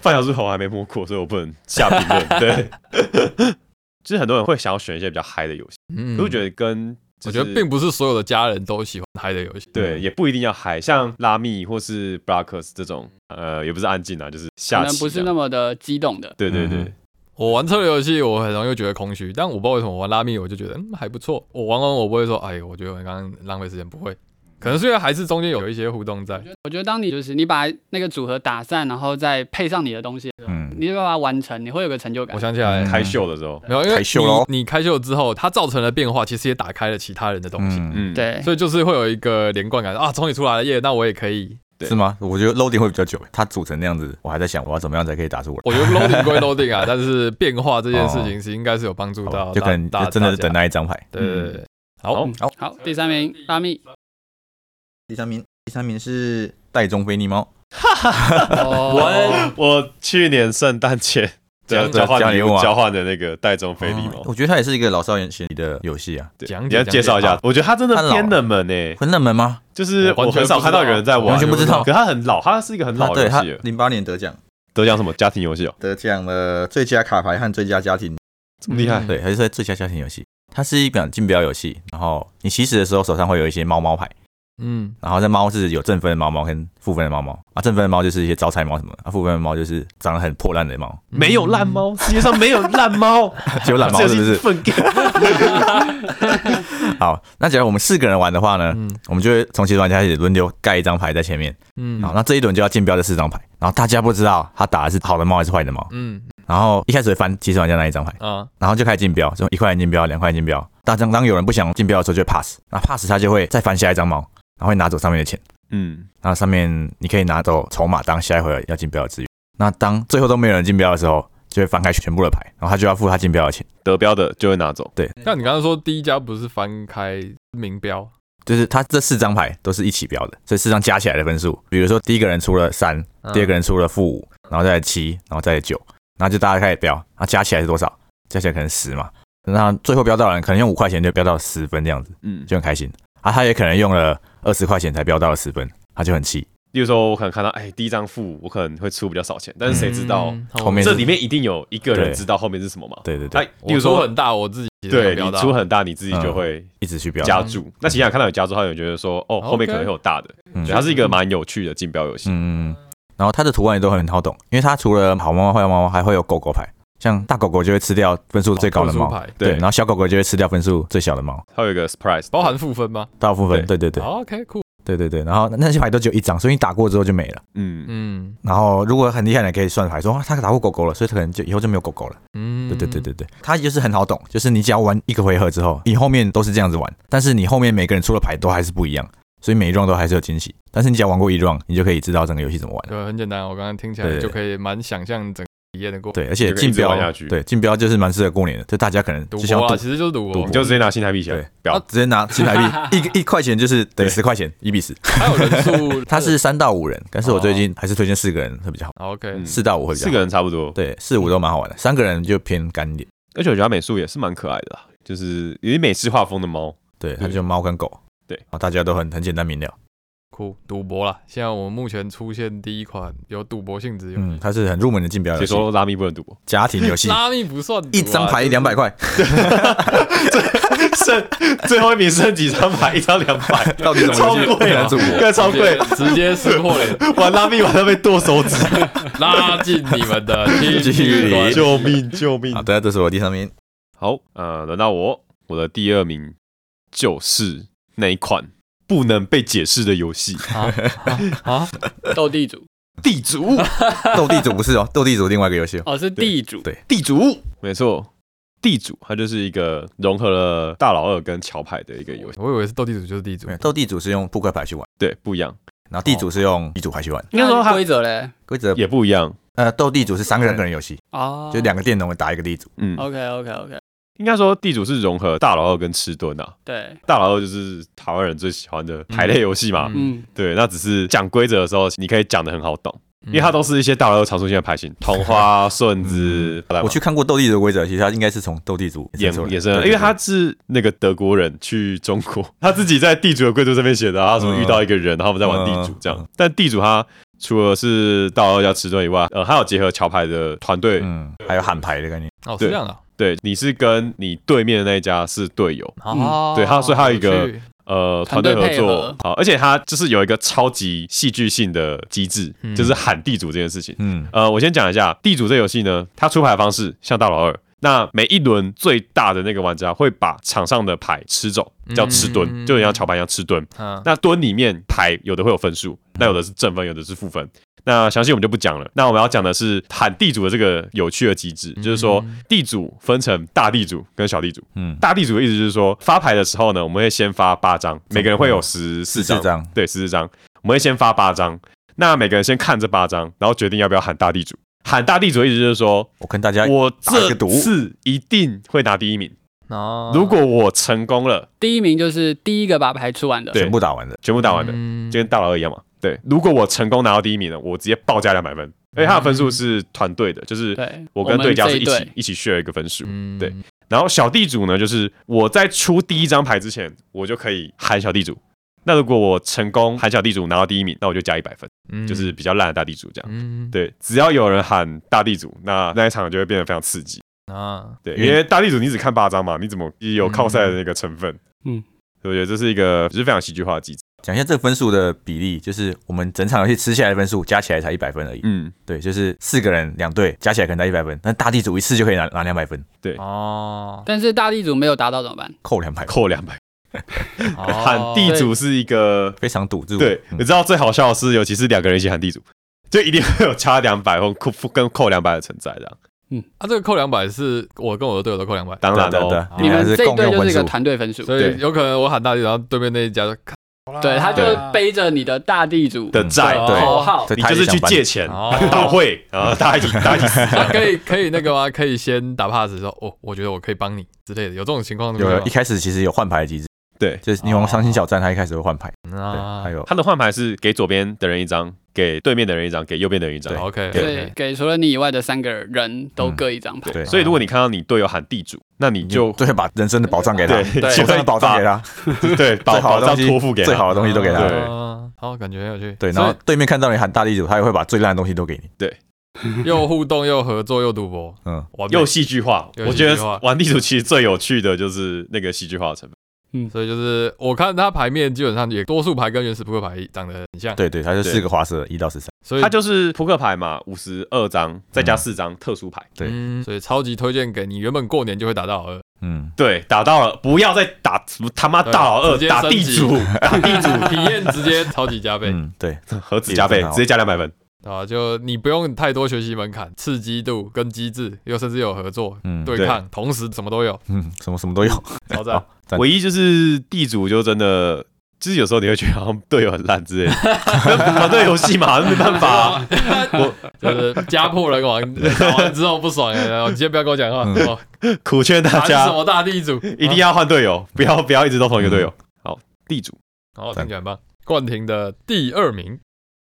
[SPEAKER 1] 范小猪头还没摸过，所以我不能下评 论。对，就是很多人会想要选一些比较嗨的游戏，可
[SPEAKER 4] 嗯
[SPEAKER 1] 是我觉得跟
[SPEAKER 4] 我
[SPEAKER 1] 就是
[SPEAKER 4] 觉得并不是所有的家人都喜欢嗨的游戏，
[SPEAKER 1] 对，也不一定要嗨，像拉密或是 Blockers 这种，呃，也不是安静啊，就是
[SPEAKER 5] 可
[SPEAKER 1] 下
[SPEAKER 5] 能
[SPEAKER 1] 棋、啊，
[SPEAKER 5] 不是那么的激动的，
[SPEAKER 1] 对对对，
[SPEAKER 2] 嗯
[SPEAKER 4] 我玩策略游戏，我很容易觉得空虚，但我不知道为什么玩拉密，我就觉得嗯还不错。我玩完我不会说，哎，我觉得我刚刚浪费时间，不会。可能是因为还是中间有一些互动在，
[SPEAKER 5] 我觉得当你就是你把那个组合打散，然后再配上你的东西，
[SPEAKER 2] 嗯，
[SPEAKER 5] 你就把它完成，你会有个成就感
[SPEAKER 4] 我。想起来
[SPEAKER 2] 嗯
[SPEAKER 1] 开秀的时候，
[SPEAKER 4] 没有，因为
[SPEAKER 2] 开秀咯
[SPEAKER 4] 你你开秀之后，它造成了变化，其实也打开了其他人的东西，
[SPEAKER 2] 嗯，
[SPEAKER 1] 嗯，，
[SPEAKER 5] 对，
[SPEAKER 4] 所以就是会有一个连贯感啊，终于出来了耶，那我也可以。
[SPEAKER 1] 对
[SPEAKER 2] 是吗？我觉得 loading 会比较久，它组成那样子，我还在想我要怎么样才可以打出我。
[SPEAKER 4] 我觉得 loading 归 loading 啊，但是变化这件事情是应该是有帮助
[SPEAKER 2] 好
[SPEAKER 4] 到
[SPEAKER 2] 哦吧就
[SPEAKER 4] 大，
[SPEAKER 2] 可能
[SPEAKER 4] 大
[SPEAKER 2] 就真的是等
[SPEAKER 4] 大家
[SPEAKER 2] 那一张牌。嗯
[SPEAKER 4] 对对对，
[SPEAKER 1] 好
[SPEAKER 4] 好，嗯
[SPEAKER 5] 好，第三名拉密，
[SPEAKER 2] 第三名，第三名是袋中菲尼猫，
[SPEAKER 5] 哦，
[SPEAKER 1] 我我去年圣诞节
[SPEAKER 4] 交
[SPEAKER 1] 交交
[SPEAKER 2] 交
[SPEAKER 1] 换礼
[SPEAKER 2] 礼物
[SPEAKER 1] 物
[SPEAKER 2] 啊
[SPEAKER 1] 交换的那个带中飞礼
[SPEAKER 2] 哦
[SPEAKER 1] 嘛，
[SPEAKER 2] 我觉得它也是一个老少咸宜的游戏啊，
[SPEAKER 1] 对
[SPEAKER 4] 讲解
[SPEAKER 1] 你要介绍一
[SPEAKER 4] 讲
[SPEAKER 1] 下
[SPEAKER 4] 解，
[SPEAKER 1] 我觉得它真
[SPEAKER 2] 它
[SPEAKER 1] 的
[SPEAKER 2] 老
[SPEAKER 1] 偏冷门诶，
[SPEAKER 2] 很冷门吗？
[SPEAKER 1] 就是
[SPEAKER 4] 我完
[SPEAKER 1] 我
[SPEAKER 4] 全
[SPEAKER 1] 很少看到有人在玩，
[SPEAKER 2] 完全不知道
[SPEAKER 1] 可它很老，它是一个很
[SPEAKER 2] 它
[SPEAKER 1] 老的
[SPEAKER 2] 对
[SPEAKER 1] 游
[SPEAKER 2] 它
[SPEAKER 1] 戏了，
[SPEAKER 2] 零八年得奖，
[SPEAKER 1] 得奖什么家庭游戏哦，
[SPEAKER 2] 得奖了最佳卡牌和最佳家庭，
[SPEAKER 1] 这么厉害
[SPEAKER 4] 嗯，
[SPEAKER 2] 对，还是在最佳家庭游戏。它是一款竞标游戏，然后你起始的时候手上会有一些猫猫牌，
[SPEAKER 4] 嗯，
[SPEAKER 2] 然后这猫是有正分的猫猫跟负分的猫猫啊，正分的猫就是一些招财猫什么的，啊负分的猫就是长得很破烂的猫，
[SPEAKER 1] 没有烂猫，世界上没有烂猫，
[SPEAKER 2] 只有懒猫
[SPEAKER 1] 这游
[SPEAKER 2] 是
[SPEAKER 1] 戏
[SPEAKER 2] 不是？
[SPEAKER 1] 粪便？
[SPEAKER 2] 好，那假如我们四个人玩的话呢，
[SPEAKER 4] 嗯
[SPEAKER 2] 我们就会从其中玩家开始轮流盖一张牌在前面。
[SPEAKER 4] 嗯，
[SPEAKER 2] 好，那这一轮就要竞标这四张牌，然后大家不知道他打的是好的猫还是坏的猫，
[SPEAKER 4] 嗯
[SPEAKER 2] 然后一开始会翻其实玩家那一张牌，
[SPEAKER 4] 啊，
[SPEAKER 2] 然后就开始竞标，就一块钱竞标，两块钱竞标。当当当有人不想竞标的时候，就会 pass，那 pass 他就会再翻下一张猫，然后会拿走上面的钱，
[SPEAKER 1] 嗯，
[SPEAKER 2] 然后上面你可以拿走筹码当下一回要竞标的资源。那当最后都没有人竞标的时候，就会翻开全部的牌，然后他就要付他竞标的钱，
[SPEAKER 1] 得标的就会拿走，
[SPEAKER 4] 像你刚刚说第一家不是翻开名标，
[SPEAKER 2] 就是他这四张牌都是一起标的，所以四张加起来的分数，比如说第一个人出了三，
[SPEAKER 4] 嗯
[SPEAKER 2] 第二个人出了负五，然后再来七，然后再来九，然后就大家开始标，然后加起来是多少？加起来可能十嘛。那最后标到的人可能用五块钱就标到十分这样子，
[SPEAKER 1] 嗯，
[SPEAKER 2] 就很开心。啊，他也可能用了二十块钱才标到了十分，他就很气。
[SPEAKER 1] 例如说我可能看到，哎，第一张负，我可能会出比较少钱，但是谁知道？
[SPEAKER 4] 嗯
[SPEAKER 2] 后面
[SPEAKER 1] 这里面一定有一个人
[SPEAKER 2] 对
[SPEAKER 1] 知道后面是什么嘛？
[SPEAKER 2] 对对对，
[SPEAKER 1] 哎，
[SPEAKER 4] 我
[SPEAKER 1] 例如
[SPEAKER 4] 出
[SPEAKER 1] 说
[SPEAKER 4] 很大，我自己其实
[SPEAKER 1] 对
[SPEAKER 4] 没有
[SPEAKER 1] 你
[SPEAKER 4] 到
[SPEAKER 1] 出很大，你自己就
[SPEAKER 2] 嗯
[SPEAKER 1] 会
[SPEAKER 2] 一直去标，
[SPEAKER 1] 加注。那其他人看到有加注，他就觉得说，哦，后面可能会有大的。
[SPEAKER 2] 嗯
[SPEAKER 1] 对它是一个蛮有趣的竞标游戏。
[SPEAKER 2] 嗯，然后它的图案也都很好懂，因为它除了好猫猫、坏猫猫，还会有狗狗牌，像大狗狗就会吃掉分数最高的
[SPEAKER 4] 特殊
[SPEAKER 2] 猫，
[SPEAKER 4] 牌
[SPEAKER 2] 对，
[SPEAKER 1] 对
[SPEAKER 2] 然后小狗狗就会吃掉分数最小的猫，
[SPEAKER 1] 它有一个 surprise，
[SPEAKER 4] 包含负分吗？哦
[SPEAKER 2] 大部分，对对对，
[SPEAKER 4] o k 酷，
[SPEAKER 2] 对对对，然后那些牌都只有一张，所以你打过之后就没了。
[SPEAKER 1] 嗯，
[SPEAKER 4] 嗯
[SPEAKER 2] 然后如果很厉害的可以算牌说，啊，他打过狗狗了，所以他可能就以后就没有狗狗了。
[SPEAKER 4] 嗯，
[SPEAKER 2] 对对对，对对，他就是很好懂，就是你只要玩一个回合之后，你后面都是这样子玩，但是你后面每个人出的牌都还是不一样，所以每一 round 都还是有惊喜。但是你只要玩过一 round，你就可以知道整个游戏怎么玩了。
[SPEAKER 4] 就很简单，我刚刚听起来
[SPEAKER 2] 对
[SPEAKER 4] 就可以蛮想象整个体验的过程。
[SPEAKER 2] 对，而且
[SPEAKER 1] 就可以一
[SPEAKER 2] 竞
[SPEAKER 1] 直玩下
[SPEAKER 2] 标
[SPEAKER 1] 去
[SPEAKER 2] 对竞标就是蛮适合过年的，就大家可能
[SPEAKER 4] 赌
[SPEAKER 2] 就像
[SPEAKER 4] 博
[SPEAKER 2] 赌
[SPEAKER 4] 啊，，其实就是赌
[SPEAKER 2] 赌
[SPEAKER 4] 博
[SPEAKER 1] 你。就直接拿新台币起
[SPEAKER 2] 对啊
[SPEAKER 1] 来标。
[SPEAKER 2] 直接拿新台币 一一块钱就是等
[SPEAKER 1] 对
[SPEAKER 2] 于十块钱，一比十。
[SPEAKER 4] 还有人 数，
[SPEAKER 2] 它是三到五人，但是我最近还是推荐四个人会比较好，
[SPEAKER 4] OK，
[SPEAKER 1] 哦嗯
[SPEAKER 2] 四到五会比较
[SPEAKER 1] 四
[SPEAKER 2] 好
[SPEAKER 1] 个。人差不多，
[SPEAKER 2] 对，四五都蛮好玩的，三个人就偏干一点。
[SPEAKER 1] 而且我觉得它美术也是蛮可爱的啦，就是有点美式画风的猫。
[SPEAKER 2] 对，它就猫跟狗。
[SPEAKER 1] 对
[SPEAKER 2] 然后大家都很很简单明了。
[SPEAKER 4] 酷赌博啦。现在我们目前出现第一款有赌博性质游
[SPEAKER 2] 嗯，
[SPEAKER 4] 戏，
[SPEAKER 2] 它是很入门的竞标游
[SPEAKER 1] 谁
[SPEAKER 2] 戏，
[SPEAKER 1] 说拉密不能赌博？
[SPEAKER 2] 家庭游戏，
[SPEAKER 4] 拉密不算赌啊，
[SPEAKER 2] 一张牌两百块，
[SPEAKER 1] 剩最后一名剩几张牌？一张两 百，
[SPEAKER 2] 到底怎么
[SPEAKER 1] 超
[SPEAKER 2] 游戏
[SPEAKER 1] 贵啊
[SPEAKER 2] 能赌博？
[SPEAKER 1] 更超
[SPEAKER 4] 就是，
[SPEAKER 1] 贵，
[SPEAKER 4] 直接识破脸，
[SPEAKER 1] 玩拉密玩到被剁手指，
[SPEAKER 4] 拉近你 们的距
[SPEAKER 2] 距离
[SPEAKER 4] 离。
[SPEAKER 1] 救命救命
[SPEAKER 2] 好！的，这是我第三 名。
[SPEAKER 1] 好，呃，轮到我，我的第二名就是那一款不能被解释的游 戏
[SPEAKER 4] 啊啊啊！
[SPEAKER 5] 斗地主，
[SPEAKER 1] 《地主》。
[SPEAKER 2] 斗地主不是哦，斗地主另外一个游戏哦。
[SPEAKER 5] 哦，是地主，
[SPEAKER 1] 地主，没错，地主，它就是一个融合了大老二跟桥牌的一个游戏，
[SPEAKER 4] 我以为是斗地主就是地主
[SPEAKER 2] 没有，斗地主是用扑克牌去玩，
[SPEAKER 1] 对，不一样。
[SPEAKER 2] 然后地主是用地主排序完，
[SPEAKER 1] 应该说
[SPEAKER 5] 那
[SPEAKER 1] 它
[SPEAKER 5] 规则嘞，
[SPEAKER 2] 规则
[SPEAKER 1] 也不一样。
[SPEAKER 2] 呃斗地主是三个人个人游戏，
[SPEAKER 5] 哦，
[SPEAKER 2] 就两个佃农打一个地主，
[SPEAKER 1] 嗯，
[SPEAKER 5] OK OK OK，
[SPEAKER 1] 应该说地主是融合大老二跟吃蹲啊。
[SPEAKER 5] 对，
[SPEAKER 1] 大老二就是台湾人最喜欢的牌类游戏嘛。
[SPEAKER 5] 嗯，
[SPEAKER 1] 对，那只是讲规则的时候，你可以讲的很好懂，
[SPEAKER 4] 嗯
[SPEAKER 1] 因为它都是一些大老二常出现的牌 型，同花顺子。
[SPEAKER 2] 我去看过斗地主的规则，其实它应该是从斗地主
[SPEAKER 1] 衍
[SPEAKER 2] 出来的
[SPEAKER 1] 衍生的，
[SPEAKER 2] 对
[SPEAKER 1] 因为他哦是那个德国人去中 国，他自己在地主的贵族这边写的啊，他什么遇到一个人，然后我们在玩地主这
[SPEAKER 2] 嗯
[SPEAKER 1] 样。但地主他除了是大老二加吃蹲以外，呃，还有结合桥牌的团队。
[SPEAKER 2] 嗯，还有喊牌的概念，
[SPEAKER 4] 哦，是
[SPEAKER 1] 对
[SPEAKER 4] 这样的哦
[SPEAKER 1] 对，你是跟你对面的那一家是队友，
[SPEAKER 4] 哦。
[SPEAKER 1] 嗯对它所以它有一个
[SPEAKER 4] 有趣
[SPEAKER 1] 呃，团
[SPEAKER 5] 团队
[SPEAKER 1] 队合
[SPEAKER 5] 配合
[SPEAKER 1] 作好，而且它就是有一个超级戏剧性的机制，
[SPEAKER 4] 嗯
[SPEAKER 1] 就是喊地主这件事情。
[SPEAKER 2] 嗯，
[SPEAKER 1] 呃，我先讲一下地主这游戏呢，它出牌方式像大老二，那每一轮最大的那个玩家会把场上的牌吃走，叫吃蹲，
[SPEAKER 4] 嗯
[SPEAKER 1] 就很像桥牌一样吃蹲。
[SPEAKER 4] 嗯，
[SPEAKER 1] 那蹲里面牌有的会有分数，那有的是正分，有的是负分。那详细我们就不讲了。那我们要讲的是喊地主的这个有趣的机
[SPEAKER 4] 嗯
[SPEAKER 1] 制，就是说地主分成大地主跟小地主。
[SPEAKER 2] 嗯
[SPEAKER 1] 嗯，大地主的意思就是说发牌的时候呢，我们会先发八张，每个人会有十四张
[SPEAKER 2] 14，张
[SPEAKER 1] 对，十四张，我们会先发八张。那每个人先看这八张，然后决定要不要喊大地主。喊大地主的意思就是说，
[SPEAKER 2] 我跟大家
[SPEAKER 1] 我
[SPEAKER 2] 打一个
[SPEAKER 1] 这
[SPEAKER 2] 赌
[SPEAKER 1] 次一定会拿第一名。
[SPEAKER 5] 哦
[SPEAKER 4] 那
[SPEAKER 1] 如果我成功了，
[SPEAKER 5] 第一名就是第一个把牌出完的，
[SPEAKER 1] 对
[SPEAKER 2] 全部打完的，
[SPEAKER 1] 全部打完的，
[SPEAKER 4] 嗯
[SPEAKER 1] 就跟大老二一样嘛。对，如果我成功拿到第一名了，我直接报价两百分，而且他的分数是团队的，就是
[SPEAKER 5] 嗯对，
[SPEAKER 1] 我跟
[SPEAKER 5] 们
[SPEAKER 1] 对家
[SPEAKER 5] 这
[SPEAKER 1] 是
[SPEAKER 5] 一
[SPEAKER 1] 一
[SPEAKER 5] 队
[SPEAKER 1] 起一起 share 一个分数。
[SPEAKER 4] 嗯
[SPEAKER 1] 对然后小地主呢，就是我在出第一张牌之前，我就可以喊小地主。那如果我成功喊小地主拿到第一名，那我就加一百分，
[SPEAKER 4] 嗯
[SPEAKER 1] 就是比较烂的大地主这样。
[SPEAKER 4] 嗯
[SPEAKER 1] 对，只要有人喊大地主，那那一场就会变得非常刺激。
[SPEAKER 4] 啊，
[SPEAKER 1] 对，
[SPEAKER 2] 因为
[SPEAKER 1] 因为大地主你只看八张嘛，你怎么有靠赛的那个成分？
[SPEAKER 5] 嗯
[SPEAKER 1] 嗯，所以我觉得这是一个就是非常戏剧化的机制。
[SPEAKER 2] 讲一下这个分数的比例，就是我们整场游戏吃下来的分数加起来才一百分而已。
[SPEAKER 1] 嗯，
[SPEAKER 2] 对，就是四个人两队加起来可能才一百分，但大地主一次就可以拿拿两百分，
[SPEAKER 4] 哦，
[SPEAKER 5] 但是大地主没有达到怎么办？
[SPEAKER 2] 扣两百，
[SPEAKER 1] 扣两百。
[SPEAKER 4] 哦
[SPEAKER 1] 喊地主是一个
[SPEAKER 2] 非常赌注。
[SPEAKER 1] 对，
[SPEAKER 2] 嗯
[SPEAKER 1] 你知道最好笑的是，尤其是两个人一起喊地主，就一定会有差两百或扣跟扣两百的存在的。
[SPEAKER 4] 啊，这个扣两百是我跟我的队友都扣两百，
[SPEAKER 1] 当
[SPEAKER 2] 对
[SPEAKER 1] 然哦
[SPEAKER 2] 啊对啊对
[SPEAKER 1] 了，
[SPEAKER 2] 啊，
[SPEAKER 4] 你
[SPEAKER 5] 你
[SPEAKER 4] 们
[SPEAKER 5] 们
[SPEAKER 2] 还是
[SPEAKER 5] 这一
[SPEAKER 2] 共
[SPEAKER 5] 队
[SPEAKER 2] 用
[SPEAKER 5] 就是
[SPEAKER 2] 分
[SPEAKER 5] 一个
[SPEAKER 2] 数。
[SPEAKER 5] 团队分数，
[SPEAKER 4] 所以有可能我喊大地主，然后对面那一家就看
[SPEAKER 5] 对，啊他就
[SPEAKER 1] 对
[SPEAKER 5] 背着你的大地主
[SPEAKER 1] 的债，
[SPEAKER 2] 嗯
[SPEAKER 4] 哦
[SPEAKER 2] 对
[SPEAKER 5] 口号
[SPEAKER 2] 对，
[SPEAKER 1] 你就是去借钱
[SPEAKER 4] 哦
[SPEAKER 1] 倒会，然后大家一起大家一起 死。
[SPEAKER 4] 啊可以可以那个吗？可以先打 pass 说，哦，我觉得我可以帮你之类的，有这种情况对不
[SPEAKER 2] 有
[SPEAKER 4] 对
[SPEAKER 2] 一？开始其实有换牌的机制，
[SPEAKER 1] 对
[SPEAKER 2] 就是
[SPEAKER 5] 哦
[SPEAKER 2] 你往伤心小站，他一开始会换牌，对，
[SPEAKER 4] 啊
[SPEAKER 2] 还有
[SPEAKER 1] 他的换牌是给左边的人一张，给对面的人一张，给右边的人一张。
[SPEAKER 4] ，OK，
[SPEAKER 5] 所以给除了你以外的三个人都各一张牌。
[SPEAKER 2] 对，
[SPEAKER 1] 所以如果你看到你队友喊地主，那你就
[SPEAKER 2] 最会把人生的保障给他，
[SPEAKER 1] 对
[SPEAKER 2] 人生的保障给他，
[SPEAKER 1] 对
[SPEAKER 2] 最
[SPEAKER 1] 把保
[SPEAKER 2] 好的
[SPEAKER 1] 障
[SPEAKER 2] 东西
[SPEAKER 1] 托付给
[SPEAKER 2] 最
[SPEAKER 1] 他。
[SPEAKER 2] 好的东西都给他。
[SPEAKER 1] 对
[SPEAKER 4] 啊好，感觉很有趣。
[SPEAKER 2] 对，然后对面看到你喊大地主，他也会把最烂的东西都给你。
[SPEAKER 4] 所以又互动又合作又赌博，
[SPEAKER 2] 嗯，
[SPEAKER 4] 完美
[SPEAKER 1] 又。戏剧化，
[SPEAKER 4] 又
[SPEAKER 1] 我
[SPEAKER 4] 戏
[SPEAKER 1] 觉
[SPEAKER 4] 剧
[SPEAKER 1] 得
[SPEAKER 4] 化
[SPEAKER 1] 玩地主其实最有趣的就是那个戏剧化的成分。
[SPEAKER 4] 所以就是我看他牌面基本上也多数牌跟原始扑克牌长得很像，
[SPEAKER 2] 对对，他就
[SPEAKER 1] 对
[SPEAKER 2] 四个花色，一到十三。
[SPEAKER 4] 所以
[SPEAKER 1] 它就是扑克牌嘛，五十二
[SPEAKER 2] 嗯
[SPEAKER 1] 张，再加四张特殊牌。
[SPEAKER 2] 对
[SPEAKER 4] 嗯，所以超级推荐给你原本过年就会打到的，
[SPEAKER 2] 嗯，
[SPEAKER 1] 对，打到了，不要再打什么他妈
[SPEAKER 4] 对
[SPEAKER 1] 大老二
[SPEAKER 4] 直接，
[SPEAKER 1] 打
[SPEAKER 4] 升
[SPEAKER 1] 地
[SPEAKER 4] 级
[SPEAKER 1] 主， 打地
[SPEAKER 4] 地主体验直接超级加倍，
[SPEAKER 2] 嗯，对，
[SPEAKER 1] 何止加倍，直接加两百分。
[SPEAKER 4] 对吧？就你不用太多学习门槛，刺激度跟机制，又甚至有合作、
[SPEAKER 2] 嗯，
[SPEAKER 4] 对抗，同时什么都有，
[SPEAKER 2] 嗯，什么什么都有。
[SPEAKER 4] 超赞。
[SPEAKER 2] 但
[SPEAKER 1] 唯一就是地主就真的，就是有时候你会觉得好像队友很烂之类 的，团队游戏嘛，没办法啊。我
[SPEAKER 4] 就是家破人亡，打完之后不爽了，然后你先不要跟我讲话，哦
[SPEAKER 1] 苦劝
[SPEAKER 4] 打
[SPEAKER 1] 大
[SPEAKER 4] 你什
[SPEAKER 1] 家
[SPEAKER 4] 么大地主，
[SPEAKER 1] 一定要换队友，不要不要一直都同一个队
[SPEAKER 2] 嗯
[SPEAKER 1] 友。好，地主
[SPEAKER 4] 好，听起来很棒。冠廷的第二名，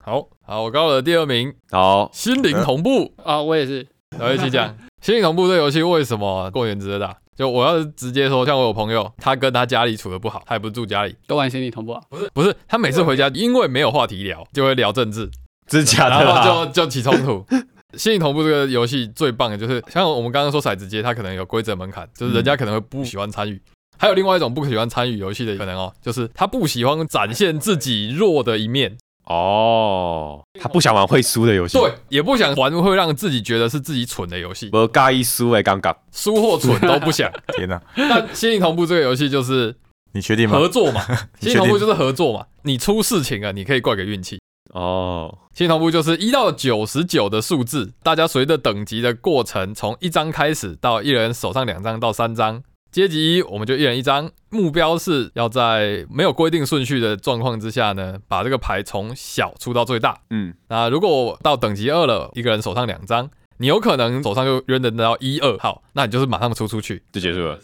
[SPEAKER 4] 好好，我高我的第二名，
[SPEAKER 1] 好，
[SPEAKER 4] 心灵同步，
[SPEAKER 5] 哦，我也是，
[SPEAKER 4] 然后一起讲心灵同步这游戏为什么过年值得打。就我要是直接说，像我有朋友，他跟他家里处的不好，他也不是住家里，
[SPEAKER 5] 都玩心理同步啊。
[SPEAKER 4] 不是不是，他每次回家因为没有话题聊，就会聊 政治，
[SPEAKER 1] 真的
[SPEAKER 2] 啊
[SPEAKER 1] 假的
[SPEAKER 4] 然
[SPEAKER 1] 啦？
[SPEAKER 4] 后就就起冲突。 心灵同步这个游戏最棒的就是，像我们刚刚说骰子街，它可能有规则门槛，就是人家可能会不喜欢参与。还有另外一种不喜欢参与游戏的可能哦，就是他不喜欢展现自己弱的一面，
[SPEAKER 1] 哦，他不想玩会输的游戏，
[SPEAKER 4] 对，，也不想玩会让自己觉得是自己蠢的游戏，
[SPEAKER 1] 我尬一输哎，尴尬。
[SPEAKER 4] 输或蠢都 不想。
[SPEAKER 2] 天哪，
[SPEAKER 4] 但心灵同步这个游戏就是
[SPEAKER 2] 你确定吗？
[SPEAKER 4] 合作嘛，
[SPEAKER 2] 你确
[SPEAKER 4] 心
[SPEAKER 2] 定
[SPEAKER 4] 灵同步就是合作嘛，你出事情啊了，你可以怪给运气。
[SPEAKER 1] 哦，
[SPEAKER 4] 心灵同步就是一到九十九的数字，大家随着等级的过程，从一张开始到一人手上两张到三张，阶级一，我们就一人一张，目标是要在没有规定顺序的状况之下呢，把这个牌从小出到最大。
[SPEAKER 1] 嗯，
[SPEAKER 4] 那如果我到等级二了，一个人手上两张，你有可能手上就扔得到一二号，那你就是马上出出去。
[SPEAKER 1] 就结束了。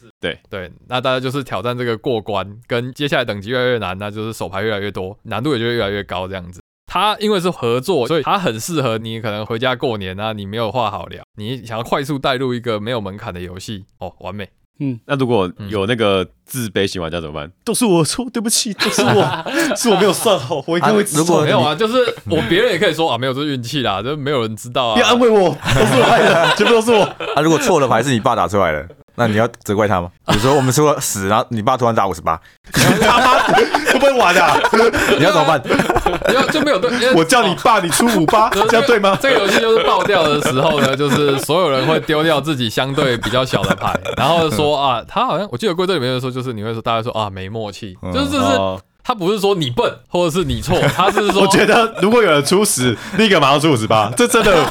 [SPEAKER 4] 对，那大家就是挑战这个过关，跟接下来等级越来越难，那就是手牌越来越多，难度也就越来越高这样子。它因为是合作，所以它很适合你可能回家过年啊，你没有话好聊，你想要快速带入一个没有门槛的游戏，哦，完美。
[SPEAKER 1] 那如果有那个自卑型玩家怎么办？都是我的错，对不起，都是我，是我没有算好，我应该会知
[SPEAKER 2] 啊如
[SPEAKER 1] 错
[SPEAKER 2] 果
[SPEAKER 1] 的。
[SPEAKER 4] 没有啊，就是我别人也可以说啊，没有这是运气啦，这没有人知道啊
[SPEAKER 1] 不 要。安慰我，都是我害的，全部都是我。
[SPEAKER 2] 啊，如果错的牌是你爸打出来的， 那你要责怪他吗？比如说我们说死，然后你爸突然打五十八，
[SPEAKER 1] 他妈会不会玩啊？
[SPEAKER 2] 你要怎么办？
[SPEAKER 4] 没有就没有对，因为 啊
[SPEAKER 1] 我叫你爸，你出五八， 这样对吗？
[SPEAKER 4] 这个游戏就是爆掉的时候呢，就是所有人会丢掉自己相对比较小的牌，然 后说啊，他好像我记得规则里面的说，就是你会说大家说啊没默契，就是这是
[SPEAKER 1] 哦
[SPEAKER 4] 他不是说你笨或者是你错，他是说
[SPEAKER 1] 我觉得如果有人出十，立刻马上出五十八，这真的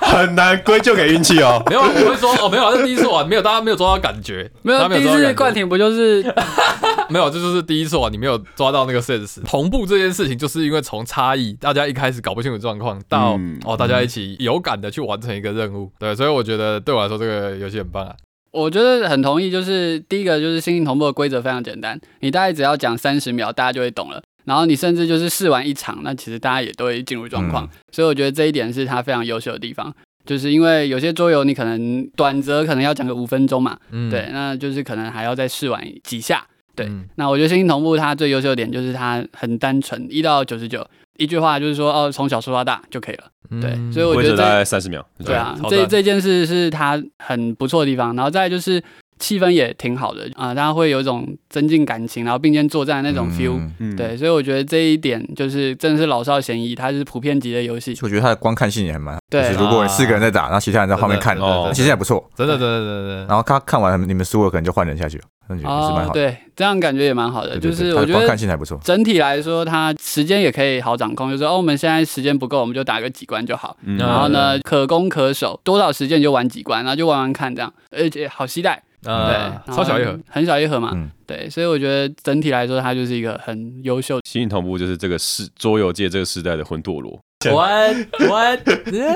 [SPEAKER 1] 很难归咎给运气哦。
[SPEAKER 4] 没有，我会说哦没有，这第一次玩没有，大家没有抓到感觉，
[SPEAKER 5] 没
[SPEAKER 4] 大
[SPEAKER 5] 有
[SPEAKER 4] 家
[SPEAKER 5] 第一
[SPEAKER 4] 抓到感觉
[SPEAKER 5] 次冠廷不就是
[SPEAKER 4] 没有，这就是第一次玩，你没有抓到那个 sense。同步这件事情，就是因为从差异，大家一开始搞不清楚状况，到、
[SPEAKER 1] 嗯
[SPEAKER 4] 哦大家一起有感的去完成一个任务，对，所以我觉得对我来说这个游戏很棒啊。
[SPEAKER 5] 我觉得很同意，就是第一个就是星星同步的规则非常简单，你大概只要讲三十秒，大家就会懂了。然后你甚至就是试完一场，那其实大家也都会进入状况。
[SPEAKER 2] 嗯
[SPEAKER 5] 所以我觉得这一点是它非常优秀的地方，就是因为有些桌游你可能短则可能要讲个五分钟嘛，
[SPEAKER 4] 嗯，
[SPEAKER 5] 对，那就是可能还要再试玩几下。对
[SPEAKER 4] 嗯
[SPEAKER 5] 那我觉得星星同步它最优秀的点就是它很单纯，一到九十九，一句话就是说哦，从小说到大就可以了。对，
[SPEAKER 4] 嗯
[SPEAKER 5] 所以我
[SPEAKER 1] 规
[SPEAKER 5] 觉
[SPEAKER 1] 则
[SPEAKER 5] 得
[SPEAKER 1] 大
[SPEAKER 5] 这
[SPEAKER 1] 概三十秒，
[SPEAKER 5] 对啊
[SPEAKER 4] 超，
[SPEAKER 5] 这
[SPEAKER 4] 赞
[SPEAKER 5] 这件事是它很不错的地方，然后再来就是气氛也挺好的啊、大家会有一种增进感情，然后并肩作战的那种 feel、
[SPEAKER 2] 嗯
[SPEAKER 1] 嗯，
[SPEAKER 5] 对，所以我觉得这一点就是真的是老少咸宜，它是普遍级的游戏。
[SPEAKER 2] 我觉得它的观看性也很蛮。
[SPEAKER 5] 对
[SPEAKER 2] 就是如果你四个人在打，然后其他人在后面看，
[SPEAKER 4] 真的
[SPEAKER 1] 哦
[SPEAKER 2] 那其实也不错。
[SPEAKER 4] 真的真的真的真的，
[SPEAKER 2] 然后他看完你们输了，可能就换人下去了，那觉得也是蛮好的。
[SPEAKER 5] 哦对，这样感觉也蛮好的。
[SPEAKER 2] 对对对
[SPEAKER 5] 就是
[SPEAKER 2] 它
[SPEAKER 5] 我
[SPEAKER 2] 的
[SPEAKER 5] 觉
[SPEAKER 2] 观
[SPEAKER 5] 得
[SPEAKER 2] 看性还不错。
[SPEAKER 5] 整体来说，它时间也可以好掌控，就是哦，我们现在时间不够，我们就打个几关就好。
[SPEAKER 1] 嗯
[SPEAKER 5] 然后呢
[SPEAKER 4] 嗯，
[SPEAKER 5] 可攻可守，多少时间你就玩几关，然后就玩玩看这样，而且好期待。对，哦
[SPEAKER 4] 呃，
[SPEAKER 2] 啊
[SPEAKER 5] 然
[SPEAKER 4] 超小
[SPEAKER 5] 后
[SPEAKER 4] 一盒，
[SPEAKER 5] 很小一盒嘛，
[SPEAKER 2] 嗯
[SPEAKER 5] 对，所以我觉得整体来说，它就是一个很优秀的。
[SPEAKER 1] 新影同步就是这个世桌游界这个时代的魂斗 罗。
[SPEAKER 4] what what，啊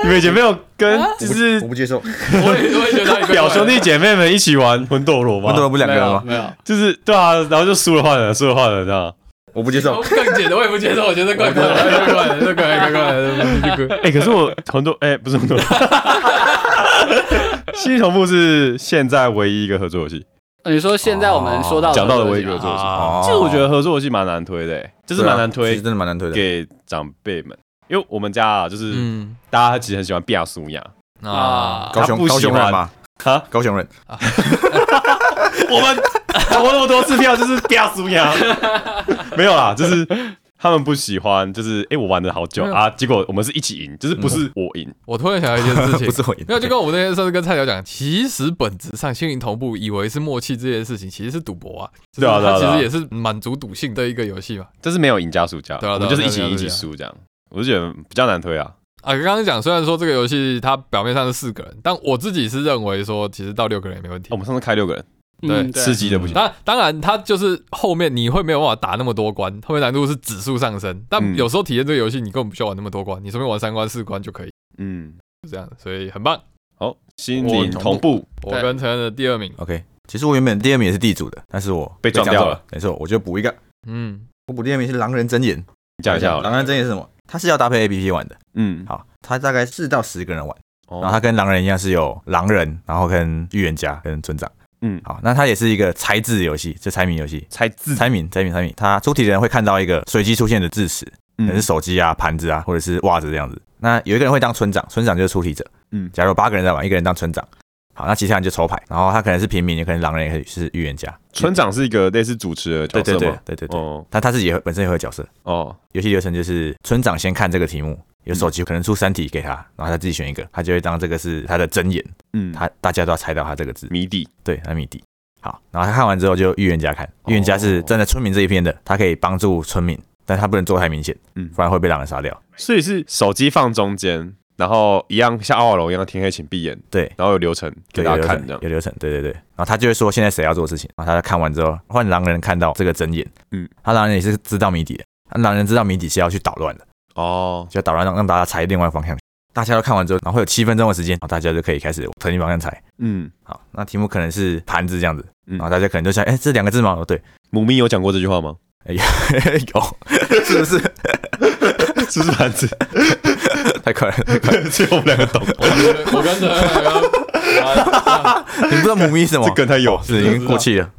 [SPEAKER 1] 你们以前没有跟就是
[SPEAKER 2] 不接受，
[SPEAKER 4] 我也我也觉得他也怪怪的
[SPEAKER 1] 表兄弟姐妹们一起玩魂斗罗
[SPEAKER 2] 温
[SPEAKER 1] 吗
[SPEAKER 2] 德？不是两个人吗？
[SPEAKER 5] 没有，没有
[SPEAKER 1] 就是对啊，然后就输了换人，输了换人这 样。
[SPEAKER 2] 我不接受
[SPEAKER 4] 我。哦更简的我也不接受，我觉得怪怪的，怪怪的，怪怪的，怪怪的怪怪的。
[SPEAKER 1] 哎、可是我魂斗哎不是魂 斗罗，新影同步是现在唯一一个合作游戏，
[SPEAKER 5] 呃你说现在我们说到
[SPEAKER 1] 讲到的唯一
[SPEAKER 5] 威
[SPEAKER 1] 一个合作游戏。
[SPEAKER 4] 啊
[SPEAKER 1] 其实我觉得合作游戏蛮难推的、欸，就是蛮难
[SPEAKER 2] 哦对啊其
[SPEAKER 1] 推
[SPEAKER 2] 实真的蛮难推的。
[SPEAKER 1] 给长辈们，因为我们家啊，就是、
[SPEAKER 4] 嗯
[SPEAKER 1] 大家其实很喜欢变苏雅，
[SPEAKER 4] 啊，
[SPEAKER 2] 高
[SPEAKER 1] 他
[SPEAKER 2] 雄
[SPEAKER 1] 不喜
[SPEAKER 2] 高
[SPEAKER 1] 欢
[SPEAKER 2] 雄人嘛，
[SPEAKER 1] 哈，
[SPEAKER 2] 高雄人，
[SPEAKER 1] 我们 投那么多次票就是变苏雅， 没有啦，就是他们不喜欢，就是哎、诶我玩了好久
[SPEAKER 4] 没有嗯
[SPEAKER 1] 啊，结果我们是一起赢，就是不是我赢，
[SPEAKER 4] 我突然想到一件事 情
[SPEAKER 2] 不，是我赢
[SPEAKER 4] 没。有，就跟我们那天上次跟菜鸟讲，其实本质上心灵同步，以为是默契这件事情，其实是赌博啊。
[SPEAKER 1] 对啊
[SPEAKER 4] 就是
[SPEAKER 1] 对啊
[SPEAKER 4] 它其
[SPEAKER 1] 对
[SPEAKER 4] 实
[SPEAKER 1] 啊
[SPEAKER 4] 也是满足赌性的一个游戏嘛。
[SPEAKER 1] 这是没有赢家输家，
[SPEAKER 4] 对啊对啊
[SPEAKER 1] 我们就是一起
[SPEAKER 4] 没
[SPEAKER 1] 赢
[SPEAKER 4] 有
[SPEAKER 1] 一
[SPEAKER 4] 赢家
[SPEAKER 1] 起输这样，我就觉得比较难推啊。
[SPEAKER 4] 啊，刚刚讲虽然说这个游戏它表面上是四个人，但我自己是认为说，其实到六个人也没问题
[SPEAKER 1] 哦我。们上次开六个人，
[SPEAKER 5] 嗯对
[SPEAKER 1] 吃鸡的不行，
[SPEAKER 4] 当当然，它就是后面你会没有办法打那么多关，后面难度是指数上升。但
[SPEAKER 1] 嗯
[SPEAKER 4] 有时候体验这个游戏，你根本不需要玩那么多关，你随便玩三关四关就可以，
[SPEAKER 1] 嗯，
[SPEAKER 4] 就这样，所以很棒。
[SPEAKER 1] 好，心灵
[SPEAKER 4] 我同
[SPEAKER 1] 同步，
[SPEAKER 4] 我
[SPEAKER 5] 对
[SPEAKER 4] 跟陈恩的第二名，
[SPEAKER 2] OK，其实我原本第二名也是地主的，但是我
[SPEAKER 1] 被撞掉了。
[SPEAKER 2] 没错，我就补一个，
[SPEAKER 4] 嗯，
[SPEAKER 2] 我补第二名是狼人睁眼。
[SPEAKER 1] 你讲一下好了，
[SPEAKER 2] 狼人睁眼是什么？它是要搭配 APP 玩的。
[SPEAKER 1] 嗯，哦
[SPEAKER 2] 好，它大概四到十个人玩，
[SPEAKER 1] 然
[SPEAKER 2] 然后它跟狼人一样是有狼人，然后跟预言家跟村长。
[SPEAKER 1] 嗯
[SPEAKER 2] 好，那它也是一个猜字游戏，就猜谜游戏。
[SPEAKER 1] 猜字，
[SPEAKER 2] 猜谜，猜谜，猜谜。它出题的人会看到一个随机出现的字词，
[SPEAKER 1] 嗯
[SPEAKER 2] 可能是手机啊、盘子啊，或者是袜子这样子。那有一个人会当村长，村长就是出题者。
[SPEAKER 1] 嗯
[SPEAKER 2] 假如有八个人在玩，一个人当村长，好，那其他人就抽牌，然后他可能是平民，也可能狼人，也可以是预言家。
[SPEAKER 1] 村长是一个类似主持的角
[SPEAKER 2] 对对
[SPEAKER 1] 色
[SPEAKER 2] 对
[SPEAKER 1] 吗？
[SPEAKER 2] 对对对，
[SPEAKER 1] 哦
[SPEAKER 2] 他他自己也会本身也会有角色。
[SPEAKER 1] 哦，
[SPEAKER 2] 游戏流程就是村长先看这个题
[SPEAKER 1] 嗯
[SPEAKER 2] 目，有手机可能出三题给他，然后他自己选一个，他就会当这个是他的真言，
[SPEAKER 1] 嗯，
[SPEAKER 2] 他大家都要猜到他这个字，
[SPEAKER 1] 谜底，
[SPEAKER 2] 对，他谜底。好，然后他看完之后就预言家看，
[SPEAKER 1] 哦
[SPEAKER 2] 预言家是站在村民这一边的，他可以帮助村民，但他不能做太明显，
[SPEAKER 1] 嗯
[SPEAKER 2] 不然会被狼人杀掉。
[SPEAKER 1] 所以是手机放中间，然后一样像阿瓦隆一样，天黑请闭眼，
[SPEAKER 2] 对，
[SPEAKER 1] 然后有流程给
[SPEAKER 2] 对，
[SPEAKER 1] 大
[SPEAKER 2] 有
[SPEAKER 1] 家
[SPEAKER 2] 流
[SPEAKER 1] 看
[SPEAKER 2] 程
[SPEAKER 1] 这样。
[SPEAKER 2] 有流程，对对对。然后他就会说现在谁要做事情，然后他看完之后，换狼人看到这个睁眼，
[SPEAKER 1] 嗯，
[SPEAKER 2] 他狼人也是知道谜底的，他狼人知道谜底是要去捣乱的，
[SPEAKER 1] 哦，
[SPEAKER 2] 就捣乱让让大家猜另外方向。大家都看完之后，然后会有七分钟的时间，然后大家就可以开始腾一方向猜。
[SPEAKER 1] 嗯，
[SPEAKER 2] 好，那题目可能是盘子这样子，
[SPEAKER 1] 嗯
[SPEAKER 2] 然后大家可能就想，哎、这两个字吗？哦，对，
[SPEAKER 1] 母咪有讲过这句话 吗？
[SPEAKER 2] 有，是不是？
[SPEAKER 1] 是不是 盘子？
[SPEAKER 2] 太快了，太快了！
[SPEAKER 1] 只有我们两个懂，
[SPEAKER 4] 我跟着
[SPEAKER 2] 你不知道母咪是什么
[SPEAKER 1] 这？跟他有。
[SPEAKER 2] 啊哦是已经过气了。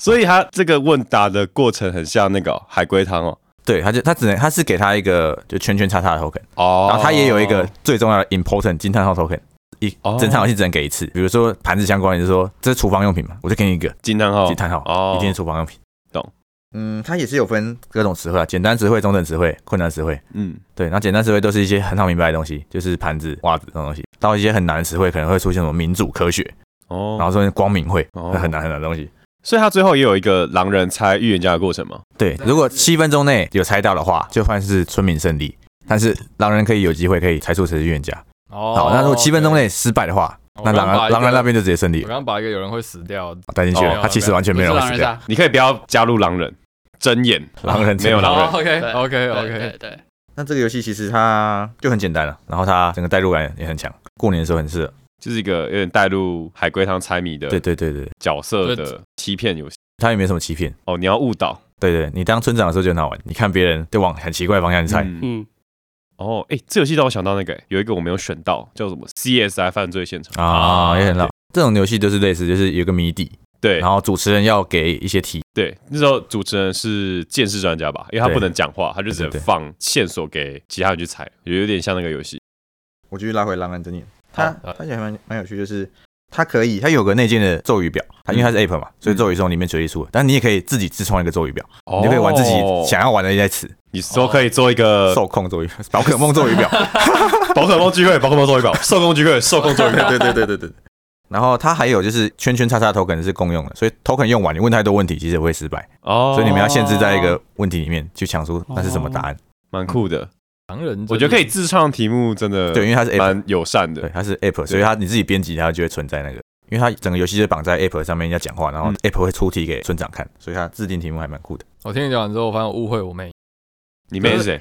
[SPEAKER 1] 所以他这个问答的过程很像那个哦海龟汤哦。
[SPEAKER 2] 对，他就他只能他是给他一个就圈圈叉叉的 token，
[SPEAKER 1] 哦
[SPEAKER 2] 然后他也有一个最重要的 important 惊叹号 token，一
[SPEAKER 1] 哦
[SPEAKER 2] 整场游戏只能给一次。比如说盘子相关，你就说这是厨房用品嘛，我就给你一个
[SPEAKER 1] 惊叹号，
[SPEAKER 2] 惊叹号，
[SPEAKER 1] 哦，
[SPEAKER 2] 一定是厨房用品。
[SPEAKER 1] 懂？
[SPEAKER 2] 嗯，它也是有分各种词汇啊，简单词汇、中等词汇、困难词汇。
[SPEAKER 1] 嗯，
[SPEAKER 2] 对，然后简单词汇都是一些很好明白的东西，就是盘子、袜子这种东西。到一些很难的词汇，可能会出现什么民主、科学，
[SPEAKER 1] 哦，
[SPEAKER 2] 然后说光明会，
[SPEAKER 1] 哦
[SPEAKER 2] 很难很难的东西。
[SPEAKER 1] 所以他最后也有一个狼人猜预言家的过程嘛。
[SPEAKER 2] 对，如果七分钟内有猜到的话，就算是村民胜利。但是狼人可以有机会可以猜出谁是预言家。
[SPEAKER 4] 哦
[SPEAKER 2] 好，那如果七分钟内失败的话，那狼人狼人那边就直接胜利
[SPEAKER 4] 我
[SPEAKER 2] 了，
[SPEAKER 4] 刚刚把一个有人会死掉，
[SPEAKER 2] 带进去
[SPEAKER 1] 哦没
[SPEAKER 2] 了。
[SPEAKER 4] 有
[SPEAKER 2] 他其实完全
[SPEAKER 5] 不
[SPEAKER 2] 没
[SPEAKER 5] 是
[SPEAKER 2] 有人
[SPEAKER 5] 狼
[SPEAKER 2] 会
[SPEAKER 5] 人
[SPEAKER 2] 死掉。
[SPEAKER 5] 杀，
[SPEAKER 1] 你可以不要加入狼人，睁眼
[SPEAKER 2] 狼人哦
[SPEAKER 1] 没有狼人。
[SPEAKER 4] OK OK
[SPEAKER 5] 对
[SPEAKER 4] OK，
[SPEAKER 5] 对对，
[SPEAKER 2] 那这个游戏其实它就很简单了，然后它整个代入感也很强。过年的时候很适合。
[SPEAKER 1] 就是一个有点带入海龟汤猜谜
[SPEAKER 2] 对
[SPEAKER 1] 的
[SPEAKER 2] 对对对，
[SPEAKER 1] 角色
[SPEAKER 4] 所
[SPEAKER 1] 的欺骗游戏。
[SPEAKER 2] 它也没什么欺骗。
[SPEAKER 1] 哦，你要误导，
[SPEAKER 2] 对对，你当村长的时候就很好玩，你看别人就往很奇怪的方向去猜。
[SPEAKER 1] 嗯
[SPEAKER 5] 嗯，
[SPEAKER 1] 哦，哎、这游戏让我想到那个、诶有一个我没有选到，叫什么 CSI 犯罪现场。
[SPEAKER 2] 啊，也很老。这种游戏就是类似，就是有一个谜底，
[SPEAKER 1] 对
[SPEAKER 2] 然后主持人要给一些题，
[SPEAKER 1] 对，那时候主持人是见识专家吧，因为他
[SPEAKER 2] 对
[SPEAKER 1] 不能讲话，他就只能
[SPEAKER 2] 对对对
[SPEAKER 1] 放线索给其他人去猜，有点像那个游戏。
[SPEAKER 2] 我继续拉回狼人之眼，
[SPEAKER 4] 好
[SPEAKER 2] 它它也蛮蛮有趣，就是它可以它有个内建的咒语表，它因为它是 app 嘛，所以咒语是从里面随意出的，但你也可以自己自创一个咒语表，
[SPEAKER 1] 哦呃
[SPEAKER 2] 你就可以玩自己想哦要玩的一些词，
[SPEAKER 1] 你说可以做一个
[SPEAKER 2] 受控咒语、 宝可梦咒语表，
[SPEAKER 1] 宝可梦聚会，宝可梦做一宝，受控聚会，受控做一
[SPEAKER 2] 对对对对对。然后它还有就是圈圈叉叉 token 是共用的，所以 token 用完，你问太多问题其实也会失败，
[SPEAKER 1] 哦，
[SPEAKER 2] 所以你们要限制在一个问题里面去想出那是什么答案。
[SPEAKER 1] 蛮酷的。
[SPEAKER 4] 狼人，
[SPEAKER 1] 我觉得可以自创题目，真的
[SPEAKER 2] 对，因为它是 app，
[SPEAKER 1] 蛮友善
[SPEAKER 2] 对，
[SPEAKER 1] 的。
[SPEAKER 2] 它是 app，所以它你自己编辑它就会存在那个，因为它整个游戏就绑在 app 上面要讲话，然后
[SPEAKER 1] 嗯
[SPEAKER 2] app 会出题给村长看，所以它制定题目还蛮酷的。
[SPEAKER 4] 我听你讲完之后，我发现我误会我妹，
[SPEAKER 1] 你妹是 谁？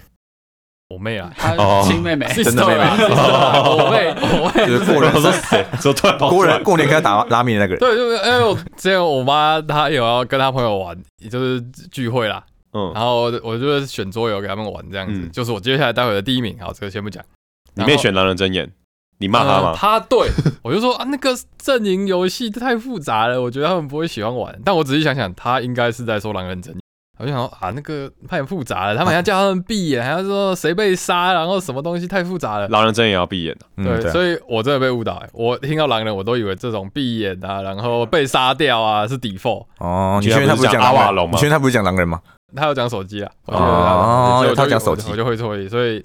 [SPEAKER 4] 我妹啊，
[SPEAKER 5] 她
[SPEAKER 1] 哦
[SPEAKER 5] 亲妹妹，
[SPEAKER 2] 真的妹妹
[SPEAKER 4] Sister 啊我妹，我妹
[SPEAKER 2] 就是过 人
[SPEAKER 1] 我说谁？说突然跑出
[SPEAKER 2] 过
[SPEAKER 1] 来
[SPEAKER 2] 年，过年该打拉面的那个人，
[SPEAKER 4] 对，就是哎，我之前我妈她有要跟她朋友玩，也就是聚会啦，
[SPEAKER 1] 嗯，
[SPEAKER 4] 然后我就是选桌游给他们玩这样子，
[SPEAKER 1] 嗯
[SPEAKER 4] 就是我接下来待会的第一名，好，这个先不讲。
[SPEAKER 1] 你
[SPEAKER 4] 然
[SPEAKER 1] 妹
[SPEAKER 4] 后
[SPEAKER 1] 选狼人睁眼，你骂他
[SPEAKER 4] 呃
[SPEAKER 1] 吗？
[SPEAKER 4] 他对 我就说啊，那个阵营游戏太复杂了，我觉得他们不会喜欢玩。但我仔细想想，他应该是在说狼人阵营。我就想说啊，那个太复杂了，他们还要叫他们闭眼，还 要说谁被杀，然后什么东西太复杂了。
[SPEAKER 1] 狼人睁眼要闭眼的。
[SPEAKER 2] 嗯
[SPEAKER 4] 对，
[SPEAKER 2] 对啊，
[SPEAKER 4] 所以我真的被误导、欸。我听到狼人，我都以为这种闭眼啊，然后被杀掉啊是 default。
[SPEAKER 2] 哦，你
[SPEAKER 1] 你
[SPEAKER 2] 确
[SPEAKER 1] 确
[SPEAKER 2] 定
[SPEAKER 1] 定他
[SPEAKER 2] 他不
[SPEAKER 1] 不
[SPEAKER 2] 是
[SPEAKER 1] 是
[SPEAKER 2] 讲
[SPEAKER 1] 讲阿
[SPEAKER 2] 狼人
[SPEAKER 1] 瓦隆吗
[SPEAKER 2] 你确定他不是讲狼人吗？
[SPEAKER 4] 他有讲手机啊，我记得
[SPEAKER 2] 哦
[SPEAKER 4] 有
[SPEAKER 2] 他
[SPEAKER 4] 讲
[SPEAKER 2] 讲手
[SPEAKER 4] 手机，
[SPEAKER 2] 机
[SPEAKER 4] 所以我就我就会错意，所以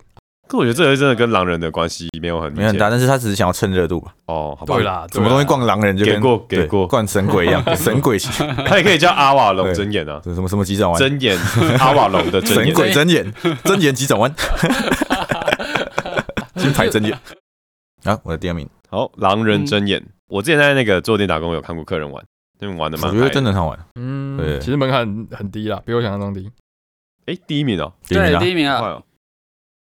[SPEAKER 1] 可我觉得这个真的跟狼人的关系没有很明
[SPEAKER 2] 没有很
[SPEAKER 1] 显
[SPEAKER 2] 大，但是他只是想要蹭热度吧，
[SPEAKER 1] 哦，好吧
[SPEAKER 4] 对，啊啦，
[SPEAKER 2] 什么东西逛狼人就
[SPEAKER 1] 给
[SPEAKER 2] 跟
[SPEAKER 1] 过给
[SPEAKER 2] 对
[SPEAKER 1] 过，
[SPEAKER 2] 灌神鬼一样，神鬼棋
[SPEAKER 1] 他也可以叫阿瓦隆睁眼啊，
[SPEAKER 2] 什么什么急转弯，
[SPEAKER 1] 睁眼 阿瓦隆的睁
[SPEAKER 2] 神
[SPEAKER 1] 眼，
[SPEAKER 2] 鬼睁眼，睁眼急转 弯，金牌睁眼。啊，我的第二名，
[SPEAKER 1] 好，狼人睁眼。我之前在那个坐店打工有看过客人玩，他们玩的
[SPEAKER 2] 我
[SPEAKER 1] 蛮嗨
[SPEAKER 2] 觉
[SPEAKER 1] 的，
[SPEAKER 2] 得真的很好玩。
[SPEAKER 4] 嗯，
[SPEAKER 2] 对
[SPEAKER 4] 其实门槛很很低啦，比我想象中低。
[SPEAKER 1] 哎第一名哦，
[SPEAKER 2] 第一名
[SPEAKER 5] 对，
[SPEAKER 2] 啊
[SPEAKER 5] 第一名
[SPEAKER 1] 快
[SPEAKER 5] 啊，
[SPEAKER 1] 哦。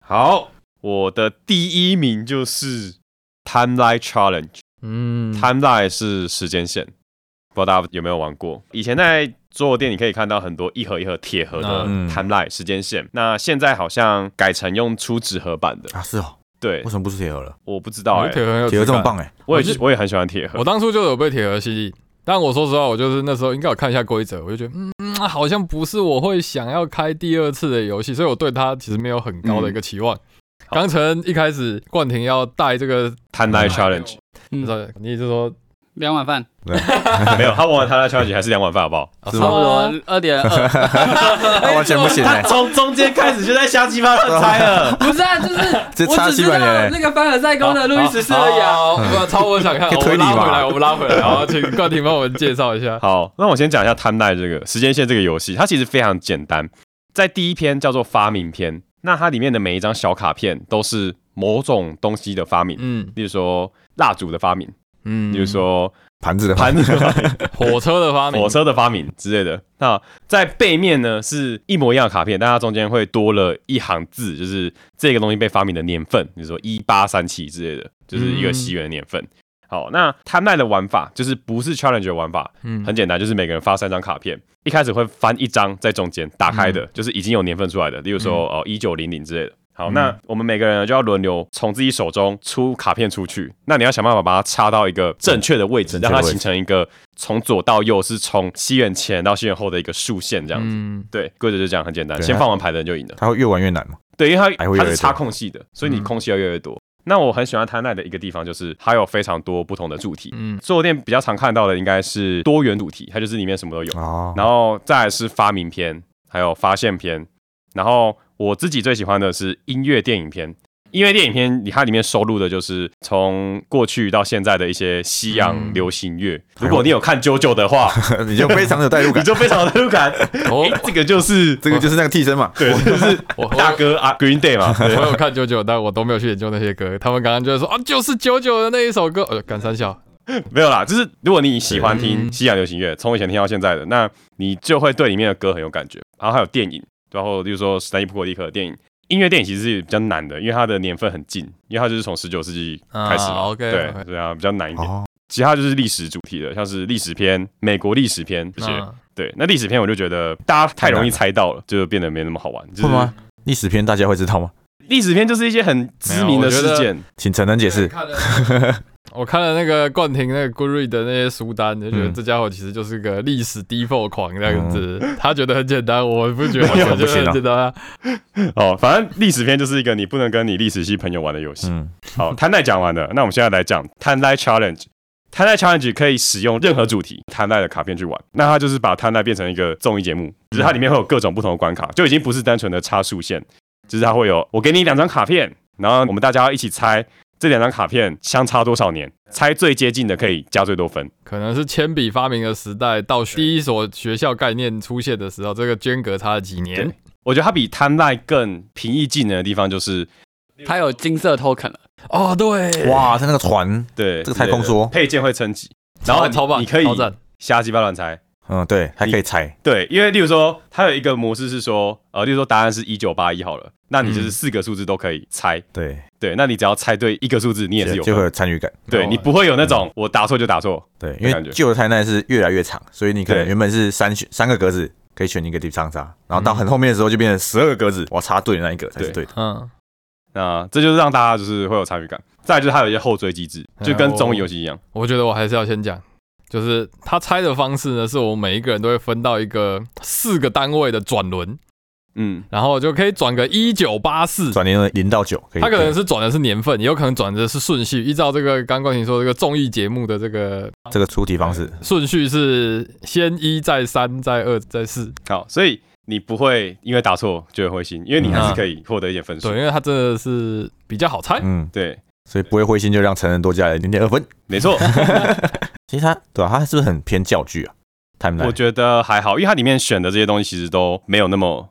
[SPEAKER 1] 好，我的第一名就是 Timeline Challenge。
[SPEAKER 4] 嗯，
[SPEAKER 1] Timeline 是时间线，不知道大家有没有玩过？以前在桌游店你可以看到很多一盒一盒铁盒的
[SPEAKER 2] 嗯
[SPEAKER 1] Timeline 时间线，那现在好像改成用出纸盒版的。
[SPEAKER 2] 啊，是哦，
[SPEAKER 1] 对
[SPEAKER 2] 为，什么不是铁盒了？欸
[SPEAKER 1] 我不知道哎、
[SPEAKER 4] 铁盒很有
[SPEAKER 2] 铁盒这么
[SPEAKER 4] 质感
[SPEAKER 2] 棒哎，
[SPEAKER 1] 我
[SPEAKER 4] 我
[SPEAKER 1] 也
[SPEAKER 4] 是
[SPEAKER 1] 我也很喜欢铁 盒
[SPEAKER 4] 我。当初就有被铁盒吸引，但我说实话，我就是那时候应该有看一下规则，我就觉得，嗯，嗯好像不是我会想要开第二次的游戏，所以我对它其实没有很高的一个期望。嗯刚成一开始冠廷要带这个，
[SPEAKER 1] Timeline Challenge
[SPEAKER 5] 嗯，
[SPEAKER 4] 你就说啊
[SPEAKER 5] 两碗饭，
[SPEAKER 1] 没有，他玩完 Timeline Challenge 还是两碗饭好不好？
[SPEAKER 4] 啊
[SPEAKER 2] 哎是
[SPEAKER 5] 差
[SPEAKER 2] 吗
[SPEAKER 5] 不多二点二，
[SPEAKER 2] 他完全不行哎，
[SPEAKER 1] 从中间开始就在瞎鸡巴乱猜了。
[SPEAKER 5] 不是啊，就是
[SPEAKER 2] 这差
[SPEAKER 5] 我只
[SPEAKER 2] 七
[SPEAKER 5] 知
[SPEAKER 2] 百年
[SPEAKER 5] 道
[SPEAKER 2] 哎
[SPEAKER 5] 那个凡尔赛宫的路易十四而已啊，
[SPEAKER 4] 好好好超我想看，
[SPEAKER 2] 可以
[SPEAKER 4] 我
[SPEAKER 2] 推
[SPEAKER 4] 们
[SPEAKER 2] 理
[SPEAKER 4] 拉回
[SPEAKER 2] 嘛
[SPEAKER 4] 来，我们拉回来，好，请冠廷帮我们介绍一 下。
[SPEAKER 1] 好，那我先讲一下 Timeline 这个时间线这个游戏，它其实非常简单，在第一篇叫做发明篇，那它里面的每一张小卡片都是。某种东西的发明，
[SPEAKER 4] 嗯
[SPEAKER 1] 例如说蜡烛的发明，
[SPEAKER 4] 嗯，
[SPEAKER 1] 例如说
[SPEAKER 2] 盘子的
[SPEAKER 1] 盘子的发明
[SPEAKER 4] 火车的发明，
[SPEAKER 1] 火车的发明之类的。那在背面呢是一模一样的卡片，但它中间会多了一行字，就是这个东西被发明的年份，比如说一八三七之类的，就是
[SPEAKER 4] 嗯
[SPEAKER 1] 一个西元的年份。好，那 timeline 的玩法就是不是 challenge 的玩法，
[SPEAKER 4] 嗯
[SPEAKER 1] 很简单，就是每个人发三张卡片，一开始会翻一张在中间打开
[SPEAKER 2] 嗯
[SPEAKER 1] 的，就是已经有年份出来的，例如说哦一九零零之类的。
[SPEAKER 2] 嗯
[SPEAKER 1] 好，那我们每个人就要轮流从自己手中出卡片出去，那你要想办法把它插到一个正确的位置，
[SPEAKER 2] 正确
[SPEAKER 1] 让
[SPEAKER 2] 的
[SPEAKER 1] 它
[SPEAKER 2] 位置
[SPEAKER 1] 形成一个从左到右是从西元前到西元后的一个竖线这样子。
[SPEAKER 4] 嗯
[SPEAKER 1] 对，规则就这样，很简单，
[SPEAKER 2] 对
[SPEAKER 1] 先
[SPEAKER 2] 它
[SPEAKER 1] 放完牌的人就赢了。
[SPEAKER 2] 它会越玩越难嘛？
[SPEAKER 1] 对，因为它
[SPEAKER 2] 还会
[SPEAKER 1] 它
[SPEAKER 2] 越来
[SPEAKER 1] 是
[SPEAKER 2] 越
[SPEAKER 1] 插
[SPEAKER 2] 多嗯
[SPEAKER 1] 空隙的，所以你空隙要越来越多。那我很喜欢摊奈的一个地方就是它有非常多不同的主题。
[SPEAKER 4] 嗯
[SPEAKER 1] 桌游店比较常看到的应该是多元主题，它就是里面什么都有。
[SPEAKER 2] 哦，
[SPEAKER 1] 然后再来是发明篇，还有发现篇。然后我自己最喜欢的是音乐电影篇。音乐电影篇，你它里面收录的就是从过去到现在的一些西洋
[SPEAKER 4] 嗯
[SPEAKER 1] 流行乐。如果你有看《JoJo 的 话，
[SPEAKER 2] 你就非常有代入
[SPEAKER 1] 你
[SPEAKER 2] 感。
[SPEAKER 1] 就非常有 感。
[SPEAKER 4] 哦
[SPEAKER 1] 诶这个就是
[SPEAKER 2] 这个就是那个替身嘛，
[SPEAKER 1] 对，就是
[SPEAKER 4] 我我
[SPEAKER 1] 大哥啊，Green Day 嘛。
[SPEAKER 4] 我
[SPEAKER 1] 对
[SPEAKER 4] 有看九九，但我都没有去研究那些歌。他们刚刚就在说啊，就是九九的那一首歌，呃，干三小，
[SPEAKER 1] 没有啦，就是如果你喜欢听
[SPEAKER 4] 嗯
[SPEAKER 1] 西洋流行乐，从以前听到现在的，那你就会对里面的歌很有感觉。然后还有电影，然后例如说史丹利普克利克的电影，音乐电影其实是比较难的，因为它的年份很近，因为它就是从十九世纪开始嘛。
[SPEAKER 4] 啊，OK，
[SPEAKER 1] 对
[SPEAKER 4] OK
[SPEAKER 1] 对啊，比较难一点。
[SPEAKER 2] 哦，
[SPEAKER 1] 其他就是历史主题的，像是历史片、美国历史片这些。
[SPEAKER 4] 嗯
[SPEAKER 1] 对，那历史片我就觉得大家太容易
[SPEAKER 2] 太难了
[SPEAKER 1] 猜到了，就变得没那么好玩。就是
[SPEAKER 2] 会吗？历史片大家会知道吗？
[SPEAKER 1] 历史片就是一些很知
[SPEAKER 4] 没有
[SPEAKER 1] 名的
[SPEAKER 4] 我觉
[SPEAKER 1] 事
[SPEAKER 4] 得
[SPEAKER 1] 件，
[SPEAKER 2] 请陈能解释。
[SPEAKER 4] 看了 我看了那个冠廷那个 g o o r 的那些书单，就觉得
[SPEAKER 2] 嗯
[SPEAKER 4] 这家伙其实就是个历史 default 狂这样子。
[SPEAKER 1] 嗯
[SPEAKER 4] 他觉得很简单，我不觉得，
[SPEAKER 2] 没有
[SPEAKER 4] 我觉
[SPEAKER 2] 不行
[SPEAKER 4] 得
[SPEAKER 2] 啊
[SPEAKER 4] 很简单啊。
[SPEAKER 1] 哦，反正历史片就是一个你不能跟你历史系朋友玩的游戏。
[SPEAKER 2] 嗯，
[SPEAKER 1] 好，摊带讲完了，那我们现在来讲摊带 challenge。摊带 challenge 可以使用任何主题摊带的卡片去玩，那它就是把摊带变成一个综艺节目，只是它里面会有各种不同的关卡，就已经不是单纯的插数线，就是它会有我给你两张卡片，然后我们大家要一起猜这两张卡片相差多少年，猜最接近的可以加最多分。
[SPEAKER 4] 可能是铅笔发明的时代到第一所学校概念出现的时候，这个间隔差了几年
[SPEAKER 1] 对。我觉得它比摊带更平易近人的地方就是
[SPEAKER 5] 它有金色 token 了，
[SPEAKER 4] 哦，对，
[SPEAKER 2] 哇，它那个船，
[SPEAKER 1] 对
[SPEAKER 2] 这个太空
[SPEAKER 1] 之类的
[SPEAKER 2] 梭
[SPEAKER 1] 配件会升级，
[SPEAKER 4] 超，
[SPEAKER 1] 然后你
[SPEAKER 4] 超棒，
[SPEAKER 1] 你可以
[SPEAKER 4] 超赞
[SPEAKER 1] 瞎鸡巴乱猜。
[SPEAKER 2] 嗯，对，还可以猜，
[SPEAKER 1] 对，因为例如说，它有一个模式是说，呃，例如说答案是一九八一好了，那你就是
[SPEAKER 4] 嗯
[SPEAKER 1] 四个数字都可以猜，
[SPEAKER 2] 对，
[SPEAKER 1] 对，那你只要猜对一个数字，你也是有
[SPEAKER 2] 就会
[SPEAKER 1] 分，
[SPEAKER 2] 哦嗯有参与感。
[SPEAKER 1] 对你不会有那种我答错就答错，
[SPEAKER 2] 对，因
[SPEAKER 1] 的感
[SPEAKER 2] 为
[SPEAKER 1] 觉
[SPEAKER 2] 旧的菜单是越来越长，所以你可能
[SPEAKER 1] 对
[SPEAKER 2] 原本是三选三个格子可以选一个地方插，然后到很后面的时候就变成十二个格子，我插对的那一个才是对的。
[SPEAKER 4] 嗯，
[SPEAKER 1] 那这就是让大家就是会有参与感。再来就是它有一些后追机制，就
[SPEAKER 2] 哦
[SPEAKER 1] 跟综艺游戏一样，
[SPEAKER 4] 我觉得我还是要先讲，就是他猜的方式呢，是我们每一个人都会分到一个四个单位的转轮，
[SPEAKER 1] 嗯，
[SPEAKER 4] 然后就可以转个一九八四。
[SPEAKER 2] 转年零到九可以，
[SPEAKER 4] 他可能是转的是年份，也有可能转的是顺序。依照这个刚冠廷说的这个综艺节目的这个呃
[SPEAKER 2] 这个出题方式，
[SPEAKER 4] 顺序是先一再三再二再四，
[SPEAKER 1] 好，所以你不会因为答错就会灰心，因为你还
[SPEAKER 2] 嗯
[SPEAKER 1] 是可以获得一点分数
[SPEAKER 4] 对，，因为他真的是比较好猜。
[SPEAKER 2] 嗯，
[SPEAKER 1] 对，
[SPEAKER 2] 所以不会灰心就让成人多加了零点二分。
[SPEAKER 1] 没 错，
[SPEAKER 2] 其实他对啊，他是不是很偏教具啊？Time
[SPEAKER 1] 我
[SPEAKER 2] line
[SPEAKER 1] 觉得还好，因为它里面选的这些东西其实都没有那么，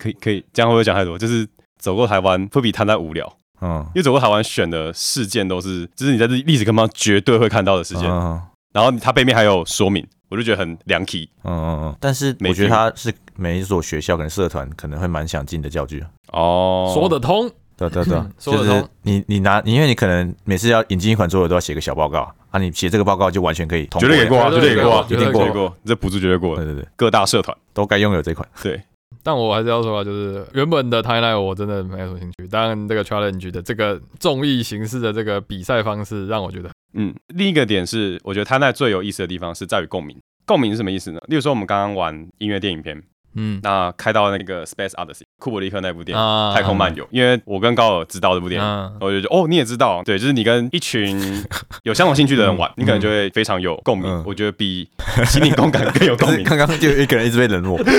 [SPEAKER 1] 可以可以，这样会不会讲太多？就是走过台湾会比摊在无聊。
[SPEAKER 2] 嗯
[SPEAKER 1] 因为走过台湾选的事件都是，就是你在历史课上绝对会看到的事件，
[SPEAKER 2] 嗯
[SPEAKER 1] 然后它背面还有说明，我就觉得很良奇
[SPEAKER 2] 嗯嗯嗯，但是
[SPEAKER 1] 没
[SPEAKER 2] 我觉
[SPEAKER 1] 劲
[SPEAKER 2] 得他是每一所学校跟社团可能会蛮想进的教具啊。
[SPEAKER 1] 哦
[SPEAKER 4] 说得通，，
[SPEAKER 2] 对对 对
[SPEAKER 4] 说得
[SPEAKER 2] 就
[SPEAKER 4] 通
[SPEAKER 2] 是你你拿，因为你可能每次要引进一款作品都要写个小报告啊，你写这个报告就完全可以通
[SPEAKER 1] 绝对给过啊，绝
[SPEAKER 4] 绝
[SPEAKER 1] 对给
[SPEAKER 4] 对给
[SPEAKER 1] 过
[SPEAKER 4] 过
[SPEAKER 1] 啊，
[SPEAKER 4] 绝对
[SPEAKER 1] 绝
[SPEAKER 4] 给过
[SPEAKER 1] 对给过，你这补助绝对过
[SPEAKER 2] 对
[SPEAKER 1] 的，
[SPEAKER 2] 对对，
[SPEAKER 1] 各大社团
[SPEAKER 2] 都该拥有这款。
[SPEAKER 1] 对，
[SPEAKER 4] 但我还是要说啊，就是原本的 timeline 我真的没有什么兴趣，但这个 challenge 的这个综艺形式的这个比赛方式让我觉得，
[SPEAKER 1] 嗯，另一个点是，我觉得它那最有意思的地方是在于共鸣。共鸣是什么意思呢？例如说我们刚刚玩音乐电影片，
[SPEAKER 4] 嗯
[SPEAKER 1] 那开到那个《Space Odyssey》库伯利克那部电影《
[SPEAKER 4] 啊
[SPEAKER 1] 太空漫游》，因为我跟高尔知道这部电影，
[SPEAKER 4] 嗯
[SPEAKER 1] 我就觉得哦，你也知道，对，就是你跟一群有相同兴趣的人玩，你可能就会非常有共鸣。
[SPEAKER 2] 嗯
[SPEAKER 1] 我觉得比心灵共感更有
[SPEAKER 2] 可
[SPEAKER 1] 共
[SPEAKER 2] 是
[SPEAKER 1] 鸣。
[SPEAKER 2] 刚刚就有一个人一直被冷落，
[SPEAKER 1] 没有，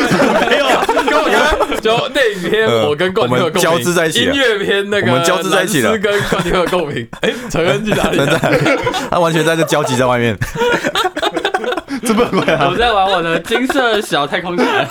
[SPEAKER 4] 跟我刚刚就那一篇
[SPEAKER 2] 呃
[SPEAKER 4] 我跟冠廷有
[SPEAKER 2] 我
[SPEAKER 4] 共
[SPEAKER 2] 们
[SPEAKER 4] 鸣，
[SPEAKER 2] 交织在一起
[SPEAKER 4] 音
[SPEAKER 2] 了
[SPEAKER 4] 乐篇那个
[SPEAKER 2] 我们交织在一起了
[SPEAKER 4] 蓝斯跟冠廷有共 鸣。哎，陈恩去哪里
[SPEAKER 2] 真
[SPEAKER 4] 了？
[SPEAKER 2] 的，他完全在这交集在外面。
[SPEAKER 1] 这不很快啊
[SPEAKER 6] 我在玩我的金色小太空船，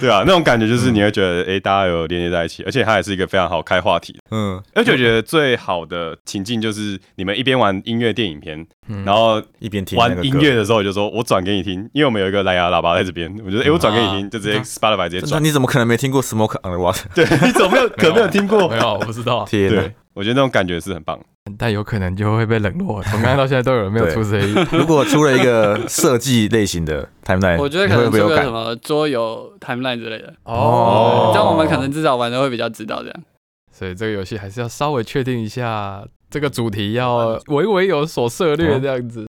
[SPEAKER 1] 对啊，那种感觉就是你会觉得，哎、大家有连接在一起，而且它也是一个非常好开话题。
[SPEAKER 2] 嗯，
[SPEAKER 1] 而且我觉得最好的情境就是你们一边玩音乐电影片，然后
[SPEAKER 2] 一边听那个
[SPEAKER 1] 玩
[SPEAKER 2] 歌
[SPEAKER 1] 音乐，的时候，我就说我转给你听，因为我们有一个蓝牙喇叭在这边，我觉得哎、诶我转给你听，就直接 Spotify 直接
[SPEAKER 2] 那
[SPEAKER 1] 转。
[SPEAKER 2] 你怎么可能没听过 Smoke on the Water？
[SPEAKER 1] 对， 你怎么没有可能 没有听过
[SPEAKER 4] 没？有，啊我不知道，
[SPEAKER 2] 天哪
[SPEAKER 1] 对！，我觉得那种感觉是很棒。
[SPEAKER 4] 但有可能就会被冷落。从刚刚到现在都有人没有出声 音，
[SPEAKER 2] 如果出了一个设计类型 的 timeline，
[SPEAKER 5] 我觉得
[SPEAKER 2] 你
[SPEAKER 5] 可
[SPEAKER 2] 会
[SPEAKER 5] 能
[SPEAKER 2] 不会有
[SPEAKER 5] 出个
[SPEAKER 2] 感
[SPEAKER 5] 什？么桌游 timeline 之类的，
[SPEAKER 2] 哦
[SPEAKER 5] 这样我们可能至少玩的会比较知道这样。
[SPEAKER 4] 所以这个游戏还是要稍微确定一下这个主题，要微微有所涉略这样子。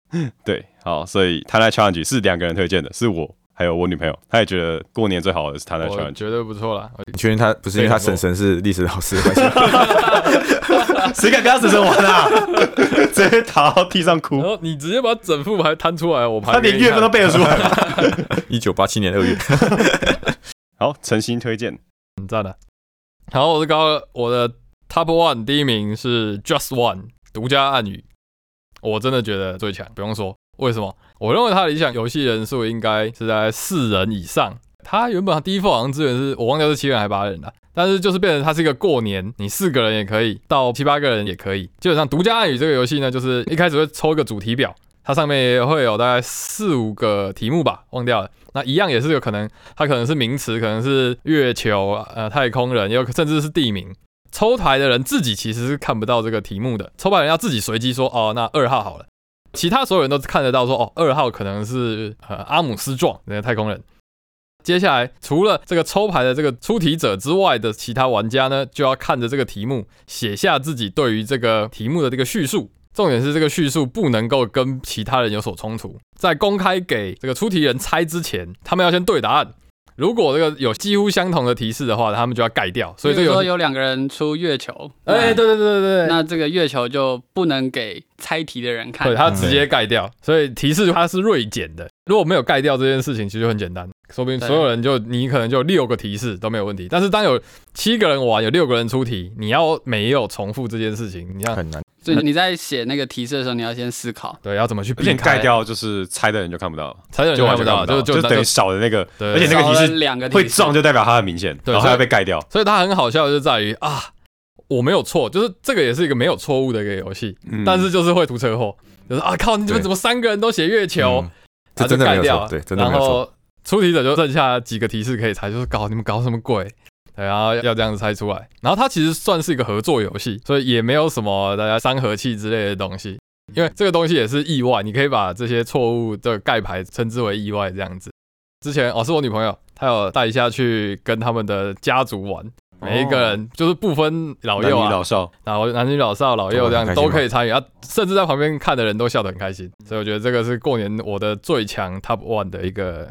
[SPEAKER 1] 对，好，所以《t i m e Challenge》是两个人推荐的，是我还有我女朋友，她也觉得过年最好的是《t i m e
[SPEAKER 4] 我
[SPEAKER 1] Challenge
[SPEAKER 4] 觉得不错啦，
[SPEAKER 2] 你确定他不是因为他婶婶是历史老师的关系吗？》，
[SPEAKER 1] 啊谁敢跟她婶婶玩啊？ 直接躺到地上
[SPEAKER 4] 然
[SPEAKER 1] 哭，
[SPEAKER 4] 后哦你直接把整副牌摊出来，我牌
[SPEAKER 1] 她连月份都背得出来。
[SPEAKER 2] 一九八七年二月，
[SPEAKER 1] 好，诚心推荐。
[SPEAKER 4] 很嗯赞的。然后我是高二，我的 Top One 第一名是 Just One 独家暗语，我真的觉得最强，不用说。为什么？我认为它的理想游戏人数应该是在四人以上。它原本 default 好像资源是我忘掉是七人还是八人了，啊但是就是变成它是一个过年，你四个人也可以，到七八个人也可以。基本上独家暗语这个游戏呢，就是一开始会抽一个主题表，它上面也会有大概四五个题目吧，忘掉了。那一样也是有可能它可能是名词，可能是月球、呃太空人，也有甚至是地名。抽牌的人自己其实是看不到这个题目的，抽牌人要自己随机说哦，那二号好了。其他所有人都看得到说哦，二号可能是呃阿姆斯壮那个太空人。接下来，除了这个抽牌的这个出题者之外的其他玩家呢，就要看着这个题目写下自己对于这个题目的这个叙述。重点是这个叙述不能够跟其他人有所冲突。在公开给这个出题人猜之前，他们要先对答案。如果这个有几乎相同的提示的话，他们就要盖掉。所以这
[SPEAKER 5] 比
[SPEAKER 4] 个游
[SPEAKER 5] 如说
[SPEAKER 4] 戏
[SPEAKER 5] 有两个人出月球，
[SPEAKER 4] 哎，对对对对对，
[SPEAKER 5] 那这个月球就不能给猜题的人看
[SPEAKER 4] 对，。它直接盖掉，所以提示它是锐减的。如果没有盖掉这件事情，其实就很简单，说不定
[SPEAKER 5] 对
[SPEAKER 4] 所有人就你可能就六个提示都没有问题。但是当有七个人玩，有六个人出题，你要没有重复这件事情，你要
[SPEAKER 2] 很难。
[SPEAKER 5] 所以你在写那个提示的时候，你要先思考。
[SPEAKER 4] 对要怎么去
[SPEAKER 1] 而且
[SPEAKER 4] 避
[SPEAKER 1] 你盖
[SPEAKER 4] 开，
[SPEAKER 1] 掉就是猜的人就看不到，
[SPEAKER 4] 才有人
[SPEAKER 1] 就完
[SPEAKER 4] 看不
[SPEAKER 1] 全
[SPEAKER 4] 到，
[SPEAKER 1] 看不
[SPEAKER 4] 就
[SPEAKER 1] 到，就等于少的那个，
[SPEAKER 4] 对
[SPEAKER 1] 而且那个提
[SPEAKER 5] 少了
[SPEAKER 1] 示
[SPEAKER 5] 两个提示
[SPEAKER 1] 会撞，就代表它很明显，
[SPEAKER 4] 对
[SPEAKER 1] 然后它
[SPEAKER 4] 所以
[SPEAKER 1] 要被盖掉。
[SPEAKER 4] 所以它很好笑，就在于啊，我没有错，就是这个也是一个没有错误的一个游戏，
[SPEAKER 1] 嗯
[SPEAKER 4] 但是就是会出车祸，就是啊靠，你们
[SPEAKER 2] 对
[SPEAKER 4] 怎么三个人都写月球？
[SPEAKER 2] 嗯这真的没有
[SPEAKER 4] 然
[SPEAKER 2] 错，
[SPEAKER 4] 后就盖掉
[SPEAKER 2] 对，真的没有
[SPEAKER 4] 然
[SPEAKER 2] 错。
[SPEAKER 4] 后出题者就剩下几个提示可以猜，就是搞你们搞什么鬼？对，然后要这样子猜出来。然后它其实算是一个合作游戏，所以也没有什么大家三合器之类的东西，因为这个东西也是意外，你可以把这些错误的盖牌称之为意外这样子。之前哦，是我女朋友，她有带一下去跟他们的家族玩，每一个人就是不分老
[SPEAKER 1] 男
[SPEAKER 4] 幼
[SPEAKER 1] 女
[SPEAKER 4] 啊，
[SPEAKER 1] 老少，
[SPEAKER 4] 然后男女老少老幼这样
[SPEAKER 2] 都玩得很开心
[SPEAKER 4] 都
[SPEAKER 2] 吗
[SPEAKER 4] 可以参与啊，甚至在旁边看的人都笑得很开心，所以我觉得这个是过年我的最强 Top One 的一个。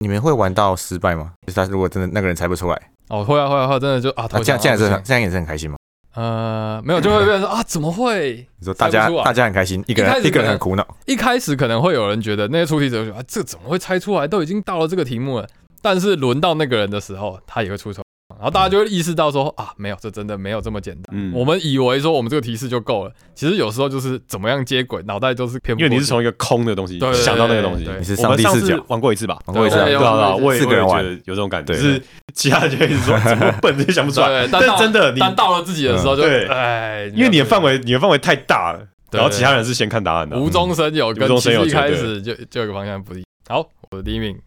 [SPEAKER 2] 你们会玩到失败吗？就是他如果真的那个人猜不出来，
[SPEAKER 4] 哦，会啊会啊会啊，真的就啊，
[SPEAKER 2] 那
[SPEAKER 4] 头
[SPEAKER 2] 这样这样也
[SPEAKER 4] 奖
[SPEAKER 2] 是
[SPEAKER 4] 啊
[SPEAKER 2] 很这样也是很开心吗？
[SPEAKER 4] 不行呃没有就会变成说啊怎么会？
[SPEAKER 2] 你说大家
[SPEAKER 4] 猜不出来
[SPEAKER 2] 大家很开心，一个
[SPEAKER 4] 一开
[SPEAKER 2] 人
[SPEAKER 4] 始
[SPEAKER 2] 一个
[SPEAKER 4] 可
[SPEAKER 2] 人
[SPEAKER 4] 能
[SPEAKER 2] 很苦恼，
[SPEAKER 4] 一开始可能会有人觉得那些出题者就觉得啊这怎么会猜出来？都已经到了这个题目了，但是轮到那个人的时候，他也会出错，然后大家就会意识到说啊没有，这真的没有这么简单。
[SPEAKER 1] 嗯，
[SPEAKER 4] 我们以为说我们这个提示就够了，其实有时候就是怎么样接轨，脑袋都是偏不
[SPEAKER 1] 因为你
[SPEAKER 4] 过
[SPEAKER 1] 是
[SPEAKER 4] 去
[SPEAKER 1] 从一个空的东西
[SPEAKER 4] 对对对
[SPEAKER 1] 想到那个东西
[SPEAKER 4] 对，
[SPEAKER 2] 你是
[SPEAKER 1] 我
[SPEAKER 2] 上
[SPEAKER 1] 们
[SPEAKER 2] 帝
[SPEAKER 1] 上
[SPEAKER 2] 视
[SPEAKER 1] 次
[SPEAKER 2] 角，
[SPEAKER 1] 玩过一次吧？
[SPEAKER 2] 玩过一次啊
[SPEAKER 1] 对
[SPEAKER 5] 对
[SPEAKER 1] 啊，对啊
[SPEAKER 5] 我们
[SPEAKER 1] 我也
[SPEAKER 2] 四
[SPEAKER 1] 我
[SPEAKER 2] 个
[SPEAKER 1] 也
[SPEAKER 2] 人
[SPEAKER 1] 觉
[SPEAKER 2] 玩
[SPEAKER 1] 得有这种感觉，
[SPEAKER 2] 对
[SPEAKER 1] 就是其他人就一直说怎么笨，就想不出来
[SPEAKER 4] 对，，
[SPEAKER 1] 但
[SPEAKER 4] 到
[SPEAKER 1] 真的你，
[SPEAKER 4] 但到了自己的时候就
[SPEAKER 1] 嗯对
[SPEAKER 4] 哎，
[SPEAKER 1] 因为你的范围你的范围太大了，
[SPEAKER 4] 对
[SPEAKER 1] 然后其他人是先看答案的啊。
[SPEAKER 4] 无中生有，跟
[SPEAKER 1] 无中
[SPEAKER 4] 其
[SPEAKER 1] 生
[SPEAKER 4] 实
[SPEAKER 1] 有
[SPEAKER 4] 一
[SPEAKER 1] 绝
[SPEAKER 4] 开
[SPEAKER 1] 对
[SPEAKER 4] 始就就有个方向不一。好，我的第一名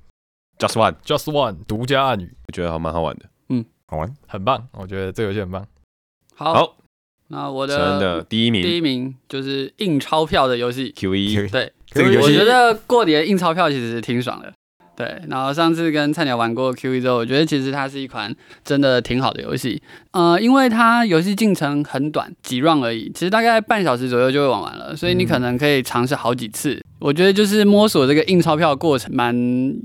[SPEAKER 1] Just one，
[SPEAKER 4] Just One 独家暗语，
[SPEAKER 1] 我觉得还蛮好玩的。
[SPEAKER 2] 好玩。
[SPEAKER 4] 很棒，我觉得这个游戏很棒。
[SPEAKER 5] 好，
[SPEAKER 1] 好
[SPEAKER 5] 那我
[SPEAKER 1] 真的
[SPEAKER 5] 的
[SPEAKER 1] 第一
[SPEAKER 5] 第
[SPEAKER 1] 名
[SPEAKER 5] 一名就是印钞票的游戏。
[SPEAKER 1] Q E，一，
[SPEAKER 2] Q1
[SPEAKER 5] 对，
[SPEAKER 2] 这个游
[SPEAKER 5] 我
[SPEAKER 2] 戏
[SPEAKER 5] 觉得过年印钞票其实挺爽的。对，然后上次跟菜鸟玩过 Q E 之后，我觉得其实它是一款真的挺好的游戏。呃，因为它游戏进程很短，几 round 而已，其实大概半小时左右就会玩完了，所以你可能可以尝试好几次。我觉得就是摸索这个印钞票的过程蛮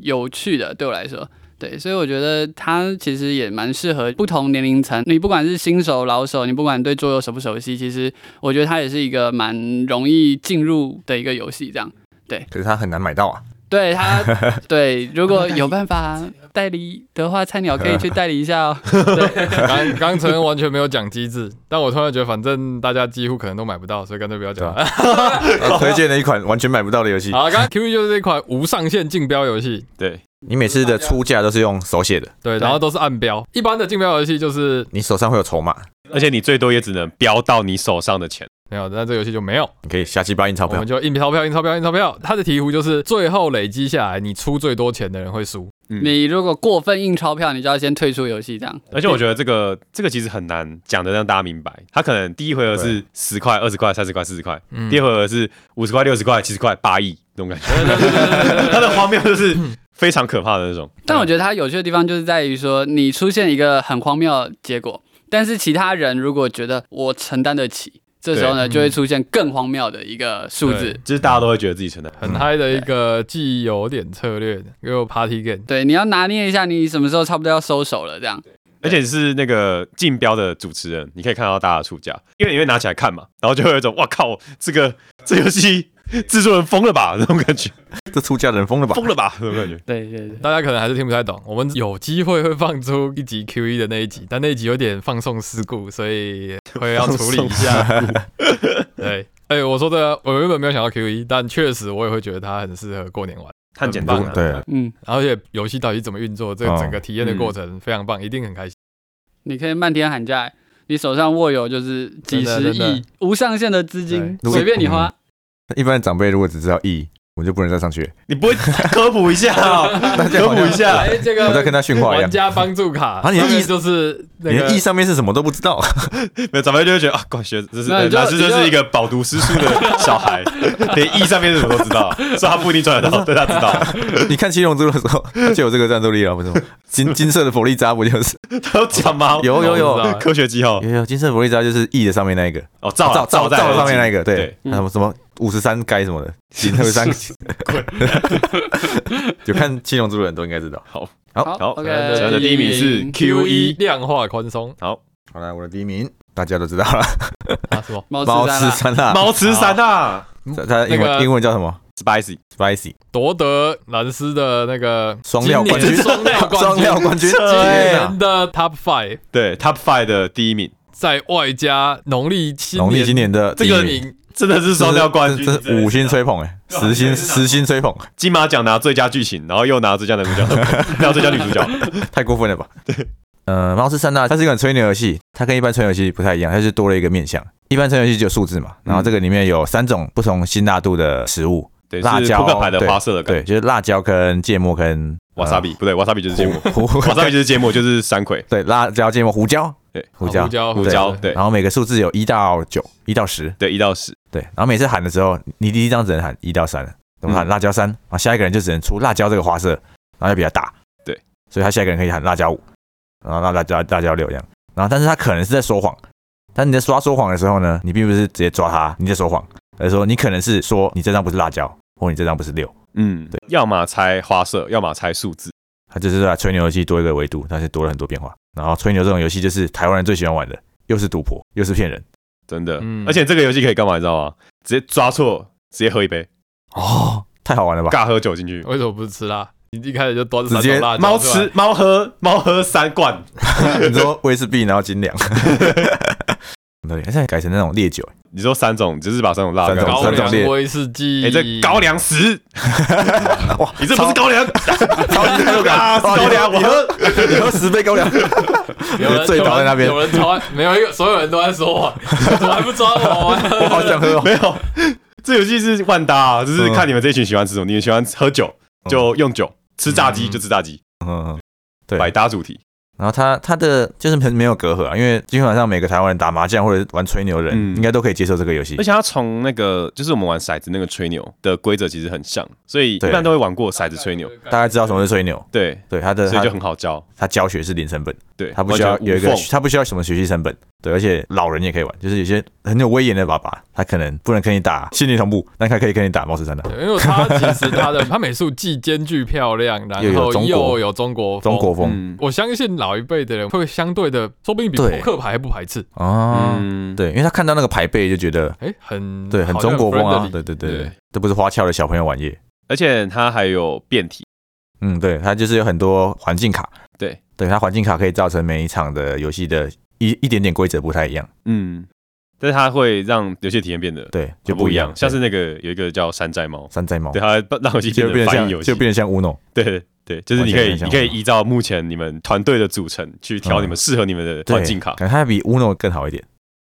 [SPEAKER 5] 有趣的，对我来说。对，所以我觉得它其实也蛮适合不同年龄层。你不管是新手、老手，你不管对桌游熟不熟悉，其实我觉得它也是一个蛮容易进入的一个游戏。这样，
[SPEAKER 2] 可是他很难买到啊，
[SPEAKER 5] 对它，对，如果有办法代理的话，菜鸟 可以去代理一下哦。
[SPEAKER 4] 刚刚成完全没有讲机制，但我突然觉得，反正大家几乎可能都买不到，所以干脆不要讲了。
[SPEAKER 1] 啊
[SPEAKER 2] 呃 推荐了一款完全买不到的游戏。
[SPEAKER 4] 好，刚刚 Q E 就是这款无上限竞标游戏，
[SPEAKER 1] 对，
[SPEAKER 2] 你每次的出价都是用手写的，
[SPEAKER 4] 对，然后都是暗标。一般的竞标游戏就是
[SPEAKER 2] 你手上会有筹码，
[SPEAKER 1] 而且你最多也只能标到你手上的钱。
[SPEAKER 4] 没有，但这个游戏就没有，
[SPEAKER 2] 你可以瞎鸡巴印钞
[SPEAKER 4] 我
[SPEAKER 2] 票
[SPEAKER 4] 们。就印钞票、印钞票、印钞票。它的题目就是最后累积下来，你出最多钱的人会输。
[SPEAKER 5] 你如果过分印钞票，你就要先退出游戏，这样。
[SPEAKER 4] 嗯
[SPEAKER 1] 而且我觉得这个这个其实很难讲的让大家明白，他可能第一回合是十块、二十块、三十块、四十块，
[SPEAKER 4] 嗯
[SPEAKER 1] 第二回合是五十块、六十块、七十块、八亿那种感 觉，他的荒谬就是非常可怕的那种。
[SPEAKER 5] 但我觉得它有趣的地方就是在于说，你出现一个很荒谬的结果，但是其他人如果觉得我承担得起，这时候呢
[SPEAKER 4] 对
[SPEAKER 5] 就会出现更荒谬的一个数字。
[SPEAKER 1] 就是大家都会觉得自己承担，
[SPEAKER 2] 嗯
[SPEAKER 4] 很嗨的一个既有点策略的又 party game，
[SPEAKER 5] 对，你要拿捏一下，你什么时候差不多要收手了，这样。
[SPEAKER 1] 而且是那个竞标的主持人，你可以看到大家的出价，因为你会拿起来看嘛，然后就会有一种哇靠，这个这游戏制作人疯了吧那种感觉，
[SPEAKER 2] 这出价的人疯了吧？
[SPEAKER 1] 疯了吧那种感觉。
[SPEAKER 5] 对对对，
[SPEAKER 4] 大家可能还是听不太懂。我们有机会会放出一集 Q E 的那一集，但那一集有点放送事故，所以 会要处理一下。对，哎、我说的，我原本没有想到 Q E，但确实我也会觉得它很适合过年玩。
[SPEAKER 1] 很简单、
[SPEAKER 4] 很棒
[SPEAKER 2] 对，
[SPEAKER 5] 嗯，
[SPEAKER 4] 而且游戏到底怎么运作，这
[SPEAKER 2] 哦嗯
[SPEAKER 4] 整个体验的过程非常棒，一定很开心。
[SPEAKER 5] 你可以漫天喊价，你手上握有就是几十
[SPEAKER 4] 真的真
[SPEAKER 5] 亿无上限的资金，
[SPEAKER 2] 对
[SPEAKER 5] 随便你花。
[SPEAKER 2] 一般的长辈如果只知道 E，我们就不能再上去 了。
[SPEAKER 1] 你不会科普一下、哦，
[SPEAKER 2] 大家
[SPEAKER 1] 科
[SPEAKER 2] 好
[SPEAKER 1] 普
[SPEAKER 2] 像
[SPEAKER 1] 一下
[SPEAKER 4] 哎、，这
[SPEAKER 2] 我在
[SPEAKER 4] 个
[SPEAKER 2] 跟他训话一
[SPEAKER 4] 玩
[SPEAKER 2] 样，
[SPEAKER 4] 家帮助卡，
[SPEAKER 2] 啊你的
[SPEAKER 4] 他们
[SPEAKER 2] 意思
[SPEAKER 4] 就是那
[SPEAKER 2] 连
[SPEAKER 4] 个
[SPEAKER 2] E 上面是什么都不知道。
[SPEAKER 1] 没有长辈就会觉得啊，管学这是
[SPEAKER 5] 那你就
[SPEAKER 1] 老师就
[SPEAKER 5] 你就是
[SPEAKER 1] 一个饱读诗书的小孩，连 E 上面是什么都知道，所以他不一定赚得到，但他知道，
[SPEAKER 2] 你看七龙珠的时候就有这个战斗力了，不是吗？金金色的佛利扎不就是？
[SPEAKER 1] 他有讲吗？
[SPEAKER 2] 有有
[SPEAKER 4] 我
[SPEAKER 2] 有
[SPEAKER 4] 不知道
[SPEAKER 1] 科学记号
[SPEAKER 2] 有有，金色佛利扎就是 E 的上面那一个，啊
[SPEAKER 1] 哦，照
[SPEAKER 2] 照照
[SPEAKER 1] 在
[SPEAKER 2] 照上面那
[SPEAKER 1] 一
[SPEAKER 2] 一个，对，
[SPEAKER 5] 嗯
[SPEAKER 2] 还有什么五十三该什么的，金特三， 有看七龙珠的人都应该知道。
[SPEAKER 1] 好，
[SPEAKER 2] 好，
[SPEAKER 1] 好
[SPEAKER 5] ，OK，
[SPEAKER 4] 来
[SPEAKER 1] 来来第一名是
[SPEAKER 4] Q E
[SPEAKER 1] QE
[SPEAKER 4] 量化宽松
[SPEAKER 2] 好来我的第一名，大家都知道了，
[SPEAKER 4] 啊，是吗？
[SPEAKER 5] 猫
[SPEAKER 2] 猫
[SPEAKER 5] 十
[SPEAKER 2] 吃
[SPEAKER 5] 三
[SPEAKER 2] 三
[SPEAKER 5] 啦，
[SPEAKER 2] 辣，
[SPEAKER 1] 毛池散啊
[SPEAKER 2] 它它的英
[SPEAKER 4] 那
[SPEAKER 2] 文
[SPEAKER 4] 个
[SPEAKER 2] 英文叫什么
[SPEAKER 1] ，Spicy，
[SPEAKER 2] ？Spicy
[SPEAKER 4] 夺得蓝斯的那个
[SPEAKER 2] 双料冠军
[SPEAKER 4] 今年双料冠
[SPEAKER 2] 双
[SPEAKER 4] 军，
[SPEAKER 2] 料冠军，
[SPEAKER 4] 今
[SPEAKER 2] 对啊
[SPEAKER 4] 年的 Top Five，
[SPEAKER 1] 对，Top Five 的第一名，
[SPEAKER 4] 在外加农历新
[SPEAKER 2] 农历今年的
[SPEAKER 4] 第
[SPEAKER 2] 第一
[SPEAKER 4] 一
[SPEAKER 2] 名
[SPEAKER 4] 名，
[SPEAKER 1] 真的是
[SPEAKER 2] 这
[SPEAKER 1] 双料冠军，
[SPEAKER 2] 这这是五星吹捧哎，
[SPEAKER 1] 对啊
[SPEAKER 2] 十星
[SPEAKER 1] 这是
[SPEAKER 2] 十星吹捧，
[SPEAKER 1] 金马奖拿最佳剧情，然后又拿最佳男主 角，拿最佳女主角，
[SPEAKER 2] 太过分了吧？对，呃，猫是三大，它是一款吹牛游戏，它跟一般吹牛游戏不太一样，它是多了一个面向。一般吹牛游戏只有数字嘛，然后这个里面有三种不同辛辣度的食物，
[SPEAKER 1] 对，
[SPEAKER 2] 辣
[SPEAKER 1] 是
[SPEAKER 2] 椒
[SPEAKER 1] 扑克牌的花色的感
[SPEAKER 2] 对，就是辣椒跟芥末跟
[SPEAKER 1] 觉，wasabi 不对，wasabi 就是芥末
[SPEAKER 2] 呃胡
[SPEAKER 1] ，wasabi 就是芥末，就是山葵，
[SPEAKER 2] 对，辣椒、芥末、胡椒，
[SPEAKER 1] 对，
[SPEAKER 2] 胡椒
[SPEAKER 4] 啊胡，椒，
[SPEAKER 1] 胡椒，对
[SPEAKER 2] 然后每个数字有一到九，一到十，
[SPEAKER 1] 对，一到十，
[SPEAKER 2] 对，然后每次喊的时候，你第一张只能喊一到三，怎么喊
[SPEAKER 1] 嗯
[SPEAKER 2] 辣椒三，然后下一个人就只能出辣椒这个花色，然后就比较大，
[SPEAKER 1] 对，
[SPEAKER 2] 所以他下一个人可以喊辣椒五，然后辣辣椒辣椒六这样，然后但是他可能是在说谎，但你在刷说谎的时候呢，你并不是直接抓他，你在说谎，而是说你可能是说你这张不是辣椒，或你这张不是六，
[SPEAKER 1] 嗯，对，要么猜花色，要么猜数字。
[SPEAKER 2] 它就是把吹牛游戏多一个维度，但是多了很多变化。然后吹牛这种游戏就是台湾人最喜欢玩的，又是赌博，又是骗人，
[SPEAKER 1] 真的。
[SPEAKER 4] 嗯
[SPEAKER 1] 而且这个游戏可以干嘛，你知道吗？直接抓错，直接喝一杯，
[SPEAKER 2] 哦，太好玩了吧？
[SPEAKER 1] 尬喝酒进去。
[SPEAKER 4] 为什么不是吃辣？你一开始就端着三
[SPEAKER 2] 直接
[SPEAKER 4] 种辣椒
[SPEAKER 1] 猫
[SPEAKER 4] 出来
[SPEAKER 1] 吃，猫喝猫喝三罐，
[SPEAKER 2] 你说威士忌，然后精良。对，现在改成那种烈酒，
[SPEAKER 1] 你说三种，就是把三种辣
[SPEAKER 2] 三
[SPEAKER 1] 干
[SPEAKER 2] 种
[SPEAKER 1] 嘛
[SPEAKER 4] 高
[SPEAKER 2] 三种烈
[SPEAKER 4] 粱威士忌，
[SPEAKER 1] 哎，这高粱十，
[SPEAKER 2] 哇，
[SPEAKER 1] 你这不是高粱，
[SPEAKER 2] 高
[SPEAKER 1] 啊，是高粱，我喝
[SPEAKER 2] 以后十杯高粱，
[SPEAKER 4] 有人
[SPEAKER 2] 醉倒在那边
[SPEAKER 4] 有人有人超没有一个，所有人都在说我，怎么还不抓我？
[SPEAKER 2] 我好想喝 哦。
[SPEAKER 1] 没有。这游戏是万搭啊，就是
[SPEAKER 2] 嗯
[SPEAKER 1] 看你们这群喜欢吃什么，你们喜欢喝酒就用酒，吃炸鸡就吃炸鸡，
[SPEAKER 2] 嗯，嗯对。
[SPEAKER 1] 百搭主题。
[SPEAKER 2] 然后他他的就是没没有隔阂啊，因为基本上每个台湾人打麻将或者玩吹牛的人，
[SPEAKER 1] 嗯
[SPEAKER 2] 应该都可以接受这个游戏
[SPEAKER 1] 而。且它从那个就是我们玩骰子那个吹牛的规则其实很像，所以一
[SPEAKER 2] 对
[SPEAKER 1] 般都会玩过骰子吹牛。
[SPEAKER 2] 大家知道什么是吹牛，
[SPEAKER 1] 对，
[SPEAKER 2] 对他的
[SPEAKER 1] 所以
[SPEAKER 2] 他
[SPEAKER 1] 就很好教。
[SPEAKER 2] 他教学是零成本，
[SPEAKER 1] 对，
[SPEAKER 2] 他不需要
[SPEAKER 1] 完全
[SPEAKER 2] 有一个
[SPEAKER 1] 无缝
[SPEAKER 2] 他不需要什么学习成本，对，而且老人也可以玩，就是有些很有威严的爸爸，他可能不能跟你打心灵同步，但他可以跟你打猫十三的。
[SPEAKER 4] 因为他其实他的他美术既兼具漂亮，然
[SPEAKER 2] 又有
[SPEAKER 4] 后
[SPEAKER 2] 中国
[SPEAKER 4] 又有中国风
[SPEAKER 2] 中国风
[SPEAKER 1] 嗯
[SPEAKER 4] 我相信老一辈的人会相对的，说不定比扑
[SPEAKER 2] 对
[SPEAKER 4] 克牌还不排斥。
[SPEAKER 2] 哦，
[SPEAKER 1] 嗯，
[SPEAKER 2] 对，因为他看到那个牌背就觉得
[SPEAKER 4] 哎、很
[SPEAKER 2] 对，很
[SPEAKER 4] 好像
[SPEAKER 2] 中国风啊，
[SPEAKER 4] friendly
[SPEAKER 2] 对对对
[SPEAKER 1] 对
[SPEAKER 2] 对，这不是花俏的小朋友玩意，
[SPEAKER 1] 而且它还有变体，
[SPEAKER 2] 嗯，对，它就是有很多环境卡，
[SPEAKER 1] 对
[SPEAKER 2] 对，它环境卡可以造成每一场的游戏的一一点点规则不太一样，
[SPEAKER 1] 嗯，但是它会让游戏体验变得
[SPEAKER 2] 对，就
[SPEAKER 1] 很不
[SPEAKER 2] 一
[SPEAKER 1] 一样。像是
[SPEAKER 2] 对
[SPEAKER 1] 那个有一个叫山寨猫，
[SPEAKER 2] 山寨猫
[SPEAKER 1] 对，，它会让游戏变
[SPEAKER 2] 就变
[SPEAKER 1] 得
[SPEAKER 2] 得
[SPEAKER 1] 翻
[SPEAKER 2] 像
[SPEAKER 1] 译游戏
[SPEAKER 2] 就，变得像 Uno，
[SPEAKER 1] 对对，就是
[SPEAKER 2] 完
[SPEAKER 1] 你
[SPEAKER 2] 全
[SPEAKER 1] 可以
[SPEAKER 2] 变相
[SPEAKER 1] 你可以
[SPEAKER 2] 了
[SPEAKER 1] 依照目前你们团队的组成去挑
[SPEAKER 2] 嗯
[SPEAKER 1] 你们适合你们的
[SPEAKER 2] 对
[SPEAKER 1] 环境卡。
[SPEAKER 2] 感觉它比 Uno 更好一点，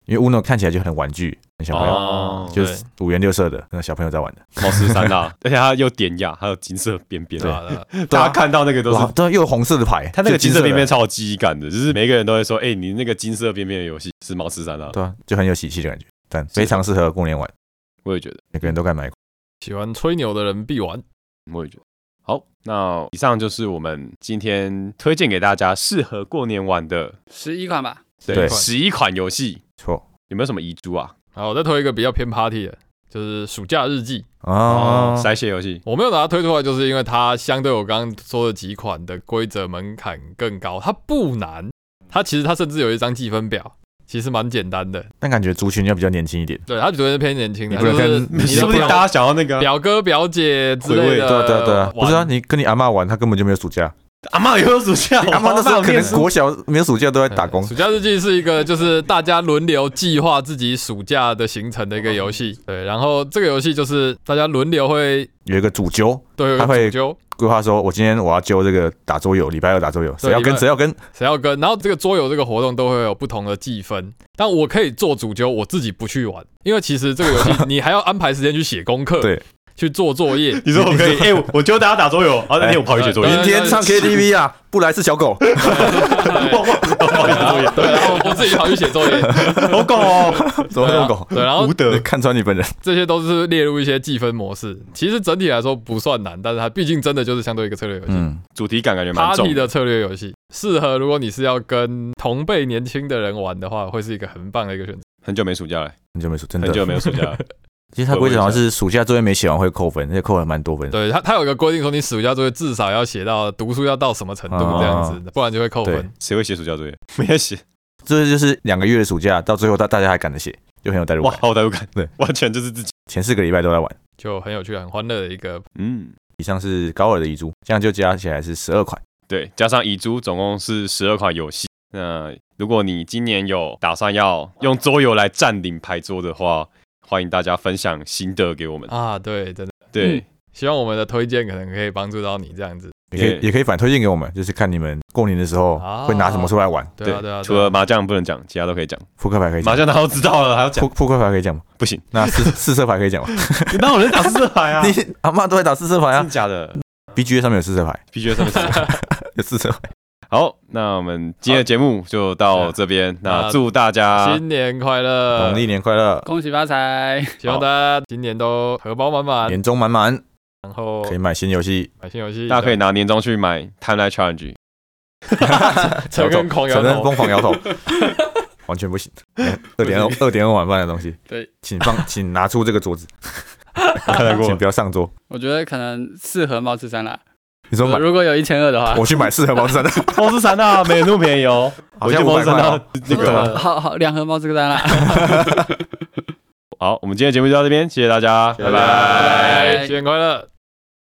[SPEAKER 2] 因为 Uno 看起来就很玩具，很小朋友，
[SPEAKER 1] 哦
[SPEAKER 4] 对
[SPEAKER 2] 就是五颜六色的，那小朋友在玩的，
[SPEAKER 1] 猫十三啦，而且它又典雅，还有金色边边
[SPEAKER 4] 对，啊吧？对吧
[SPEAKER 1] 大家看到那个都是
[SPEAKER 2] 啊哇，对，又有红色的牌，
[SPEAKER 1] 它那个
[SPEAKER 2] 就
[SPEAKER 1] 金色边边
[SPEAKER 2] 的，
[SPEAKER 1] 超有记忆感的，就是每一个人都会说，哎、你那个金色边边的游戏是猫十三啦。
[SPEAKER 2] 对啊，就很有喜气的感觉，但非常适合过年玩，
[SPEAKER 1] 我也觉得，
[SPEAKER 2] 每个人都该买过。
[SPEAKER 4] 喜欢吹牛的人必玩。
[SPEAKER 1] 嗯我也觉得。好，那以上就是我们今天推荐给大家适合过年玩的
[SPEAKER 5] 十一款吧，
[SPEAKER 1] 对
[SPEAKER 2] 对
[SPEAKER 1] 十一款游戏，
[SPEAKER 2] 错
[SPEAKER 1] 有没有什么遗珠啊？
[SPEAKER 4] 好，我再推一个比较偏 party 的，就是暑假日记。
[SPEAKER 2] 哦，
[SPEAKER 1] 筛选游戏，
[SPEAKER 4] 我没有把它推出来，就是因为它相对我刚刚说的几款的规则门槛更高，它不难，它其实它甚至有一张积分表，其实蛮简单的。
[SPEAKER 2] 但感觉族群要比较年轻一点，
[SPEAKER 4] 对，它觉得偏年轻的，
[SPEAKER 2] 你不
[SPEAKER 4] 就
[SPEAKER 2] 能
[SPEAKER 4] 是
[SPEAKER 2] 跟
[SPEAKER 4] 你
[SPEAKER 1] 是
[SPEAKER 4] 的
[SPEAKER 1] 不是大
[SPEAKER 4] 表
[SPEAKER 1] 家想要那个啊、
[SPEAKER 4] 表哥表姐之类
[SPEAKER 1] 回味
[SPEAKER 2] 对
[SPEAKER 4] 的呃玩，
[SPEAKER 2] 啊对啊对啊，不是啊，你跟你阿嬷玩，她根本就没有暑假，
[SPEAKER 1] 阿妈有暑假，
[SPEAKER 2] 阿嬷那时候可能国小没有暑假都在打工
[SPEAKER 4] 暑，假日记嗯是一个就是大家轮流计划自己暑假的行程的一个游戏。对，然后这个游戏就是大家轮流会
[SPEAKER 2] 有一个主揪
[SPEAKER 4] 都有一
[SPEAKER 2] 他会
[SPEAKER 4] 个主揪，
[SPEAKER 2] 规划说，我今天我要揪这个打桌游，礼拜二打桌游，谁要
[SPEAKER 4] 礼拜
[SPEAKER 2] 跟谁要跟，
[SPEAKER 4] 谁要跟，然后这个桌游这个活动都会有不同的计分。但我可以做主揪，我自己不去玩，因为其实这个游戏你还要安排时间去写功课，
[SPEAKER 2] 对，
[SPEAKER 4] 去做作业
[SPEAKER 1] 。你说我可以，哎、我我教大家打桌游，然后那天我跑去写作业，
[SPEAKER 2] 明天唱 KTV 啊，不来是小狗，
[SPEAKER 1] 忘忘 跑去写作业，
[SPEAKER 4] 对，然后我自己跑去写作业，
[SPEAKER 1] 好狗哦，
[SPEAKER 2] 怎么会那么狗？
[SPEAKER 4] 对，然后
[SPEAKER 1] 无德，
[SPEAKER 2] 看穿你本人，
[SPEAKER 4] 这些都是列入一些计分模式。其实整体来说不算难，但是它毕竟真的就是相对一个策略游戏。
[SPEAKER 2] 嗯，
[SPEAKER 1] 主题感感觉蛮重
[SPEAKER 4] party 的策略游戏，适合如果你是要跟同辈年轻的人玩的话，会是一个很棒的一个选择。
[SPEAKER 1] 很久没暑假了，
[SPEAKER 2] 很久没暑，真的
[SPEAKER 1] 很久没有暑假了。
[SPEAKER 2] 其实它规则好像是暑假作业没写完会扣分，而且扣了蛮多分的。
[SPEAKER 4] 对他，他有一个规定说，你暑假作业至少要写到读书要到什么程度
[SPEAKER 1] 啊
[SPEAKER 4] 这样子，不然就会扣
[SPEAKER 2] 对
[SPEAKER 4] 分。
[SPEAKER 1] 谁会写暑假作业？没人写，
[SPEAKER 2] 这就是两个月的暑假，到最后大大家还赶着写，就很有代入
[SPEAKER 1] 哇，
[SPEAKER 2] 感。
[SPEAKER 1] 好有代入感，
[SPEAKER 2] 对，
[SPEAKER 1] 完全就是自己。
[SPEAKER 2] 前四个礼拜都在玩。
[SPEAKER 4] 就很有趣、很欢乐的一个。
[SPEAKER 1] 嗯，
[SPEAKER 2] 以上是高尔的遗珠，这样就加起来是十二款。
[SPEAKER 1] 对，加上遗珠，总共是十二款游戏。那如果你今年有打算要用桌游来占领牌桌的话，欢迎大家分享心得给我们。
[SPEAKER 4] 啊，对，真的，
[SPEAKER 1] 对，
[SPEAKER 4] 希望我们的推荐可能可以帮助到你这样子。
[SPEAKER 2] 也可
[SPEAKER 1] 对
[SPEAKER 2] 以也可以反推荐给我们，就是看你们过年的时候
[SPEAKER 4] 啊
[SPEAKER 2] 会拿什么出来玩。
[SPEAKER 4] 对啊，对啊，
[SPEAKER 1] 除
[SPEAKER 4] 对啊
[SPEAKER 1] 了麻将不能讲，其他都可以讲。
[SPEAKER 2] 扑克牌可以
[SPEAKER 1] 麻
[SPEAKER 2] 讲，
[SPEAKER 1] 将大家都知道了，还要讲
[SPEAKER 2] 扑？扑克牌可以讲吗？
[SPEAKER 1] 不行，
[SPEAKER 2] 那四四色牌可以讲吗？
[SPEAKER 1] 那我能打四色牌 啊？
[SPEAKER 2] 你阿妈都在打四色牌
[SPEAKER 1] 真
[SPEAKER 2] 啊
[SPEAKER 1] 的假的
[SPEAKER 2] ！BGA 上面有四色牌，啊
[SPEAKER 1] 必须上面写。
[SPEAKER 2] 有四色牌。
[SPEAKER 1] 好，那我们今天的节目就到这边。那
[SPEAKER 4] 那
[SPEAKER 1] 祝大家
[SPEAKER 4] 新年快乐
[SPEAKER 2] 农！历年快乐，
[SPEAKER 5] 恭喜发财，
[SPEAKER 4] 希望大家今年都荷包满满，
[SPEAKER 2] 年终满满，
[SPEAKER 4] 然后
[SPEAKER 2] 可以买新游 戏。
[SPEAKER 4] 买新游戏，
[SPEAKER 1] 大家可以拿年终去买 Timeline Challenge。
[SPEAKER 4] 承认狂摇
[SPEAKER 2] 承认
[SPEAKER 4] 头
[SPEAKER 2] 疯。狂摇头，完全不行。 二点二点二晚饭的东西，
[SPEAKER 5] 对，
[SPEAKER 2] 请放，请拿出这个桌子，
[SPEAKER 1] 看得过
[SPEAKER 2] 请不要上桌。
[SPEAKER 5] 我觉得可能适合猫十三啦。
[SPEAKER 2] 你说买，
[SPEAKER 5] 如果有一千二的话，
[SPEAKER 2] 我去买四盒毛三的，
[SPEAKER 1] 猫之神啊，没有那么便宜哦。
[SPEAKER 2] 好 像
[SPEAKER 1] 我
[SPEAKER 2] 五
[SPEAKER 1] 去
[SPEAKER 2] 百
[SPEAKER 1] 猫之
[SPEAKER 2] 块哦
[SPEAKER 1] 神。那
[SPEAKER 2] 对
[SPEAKER 1] 个
[SPEAKER 2] 啊
[SPEAKER 5] 好好两盒猫十三啦。
[SPEAKER 1] 好，我们今天的节目就到这边，谢谢大家，拜拜。
[SPEAKER 4] 新年快乐！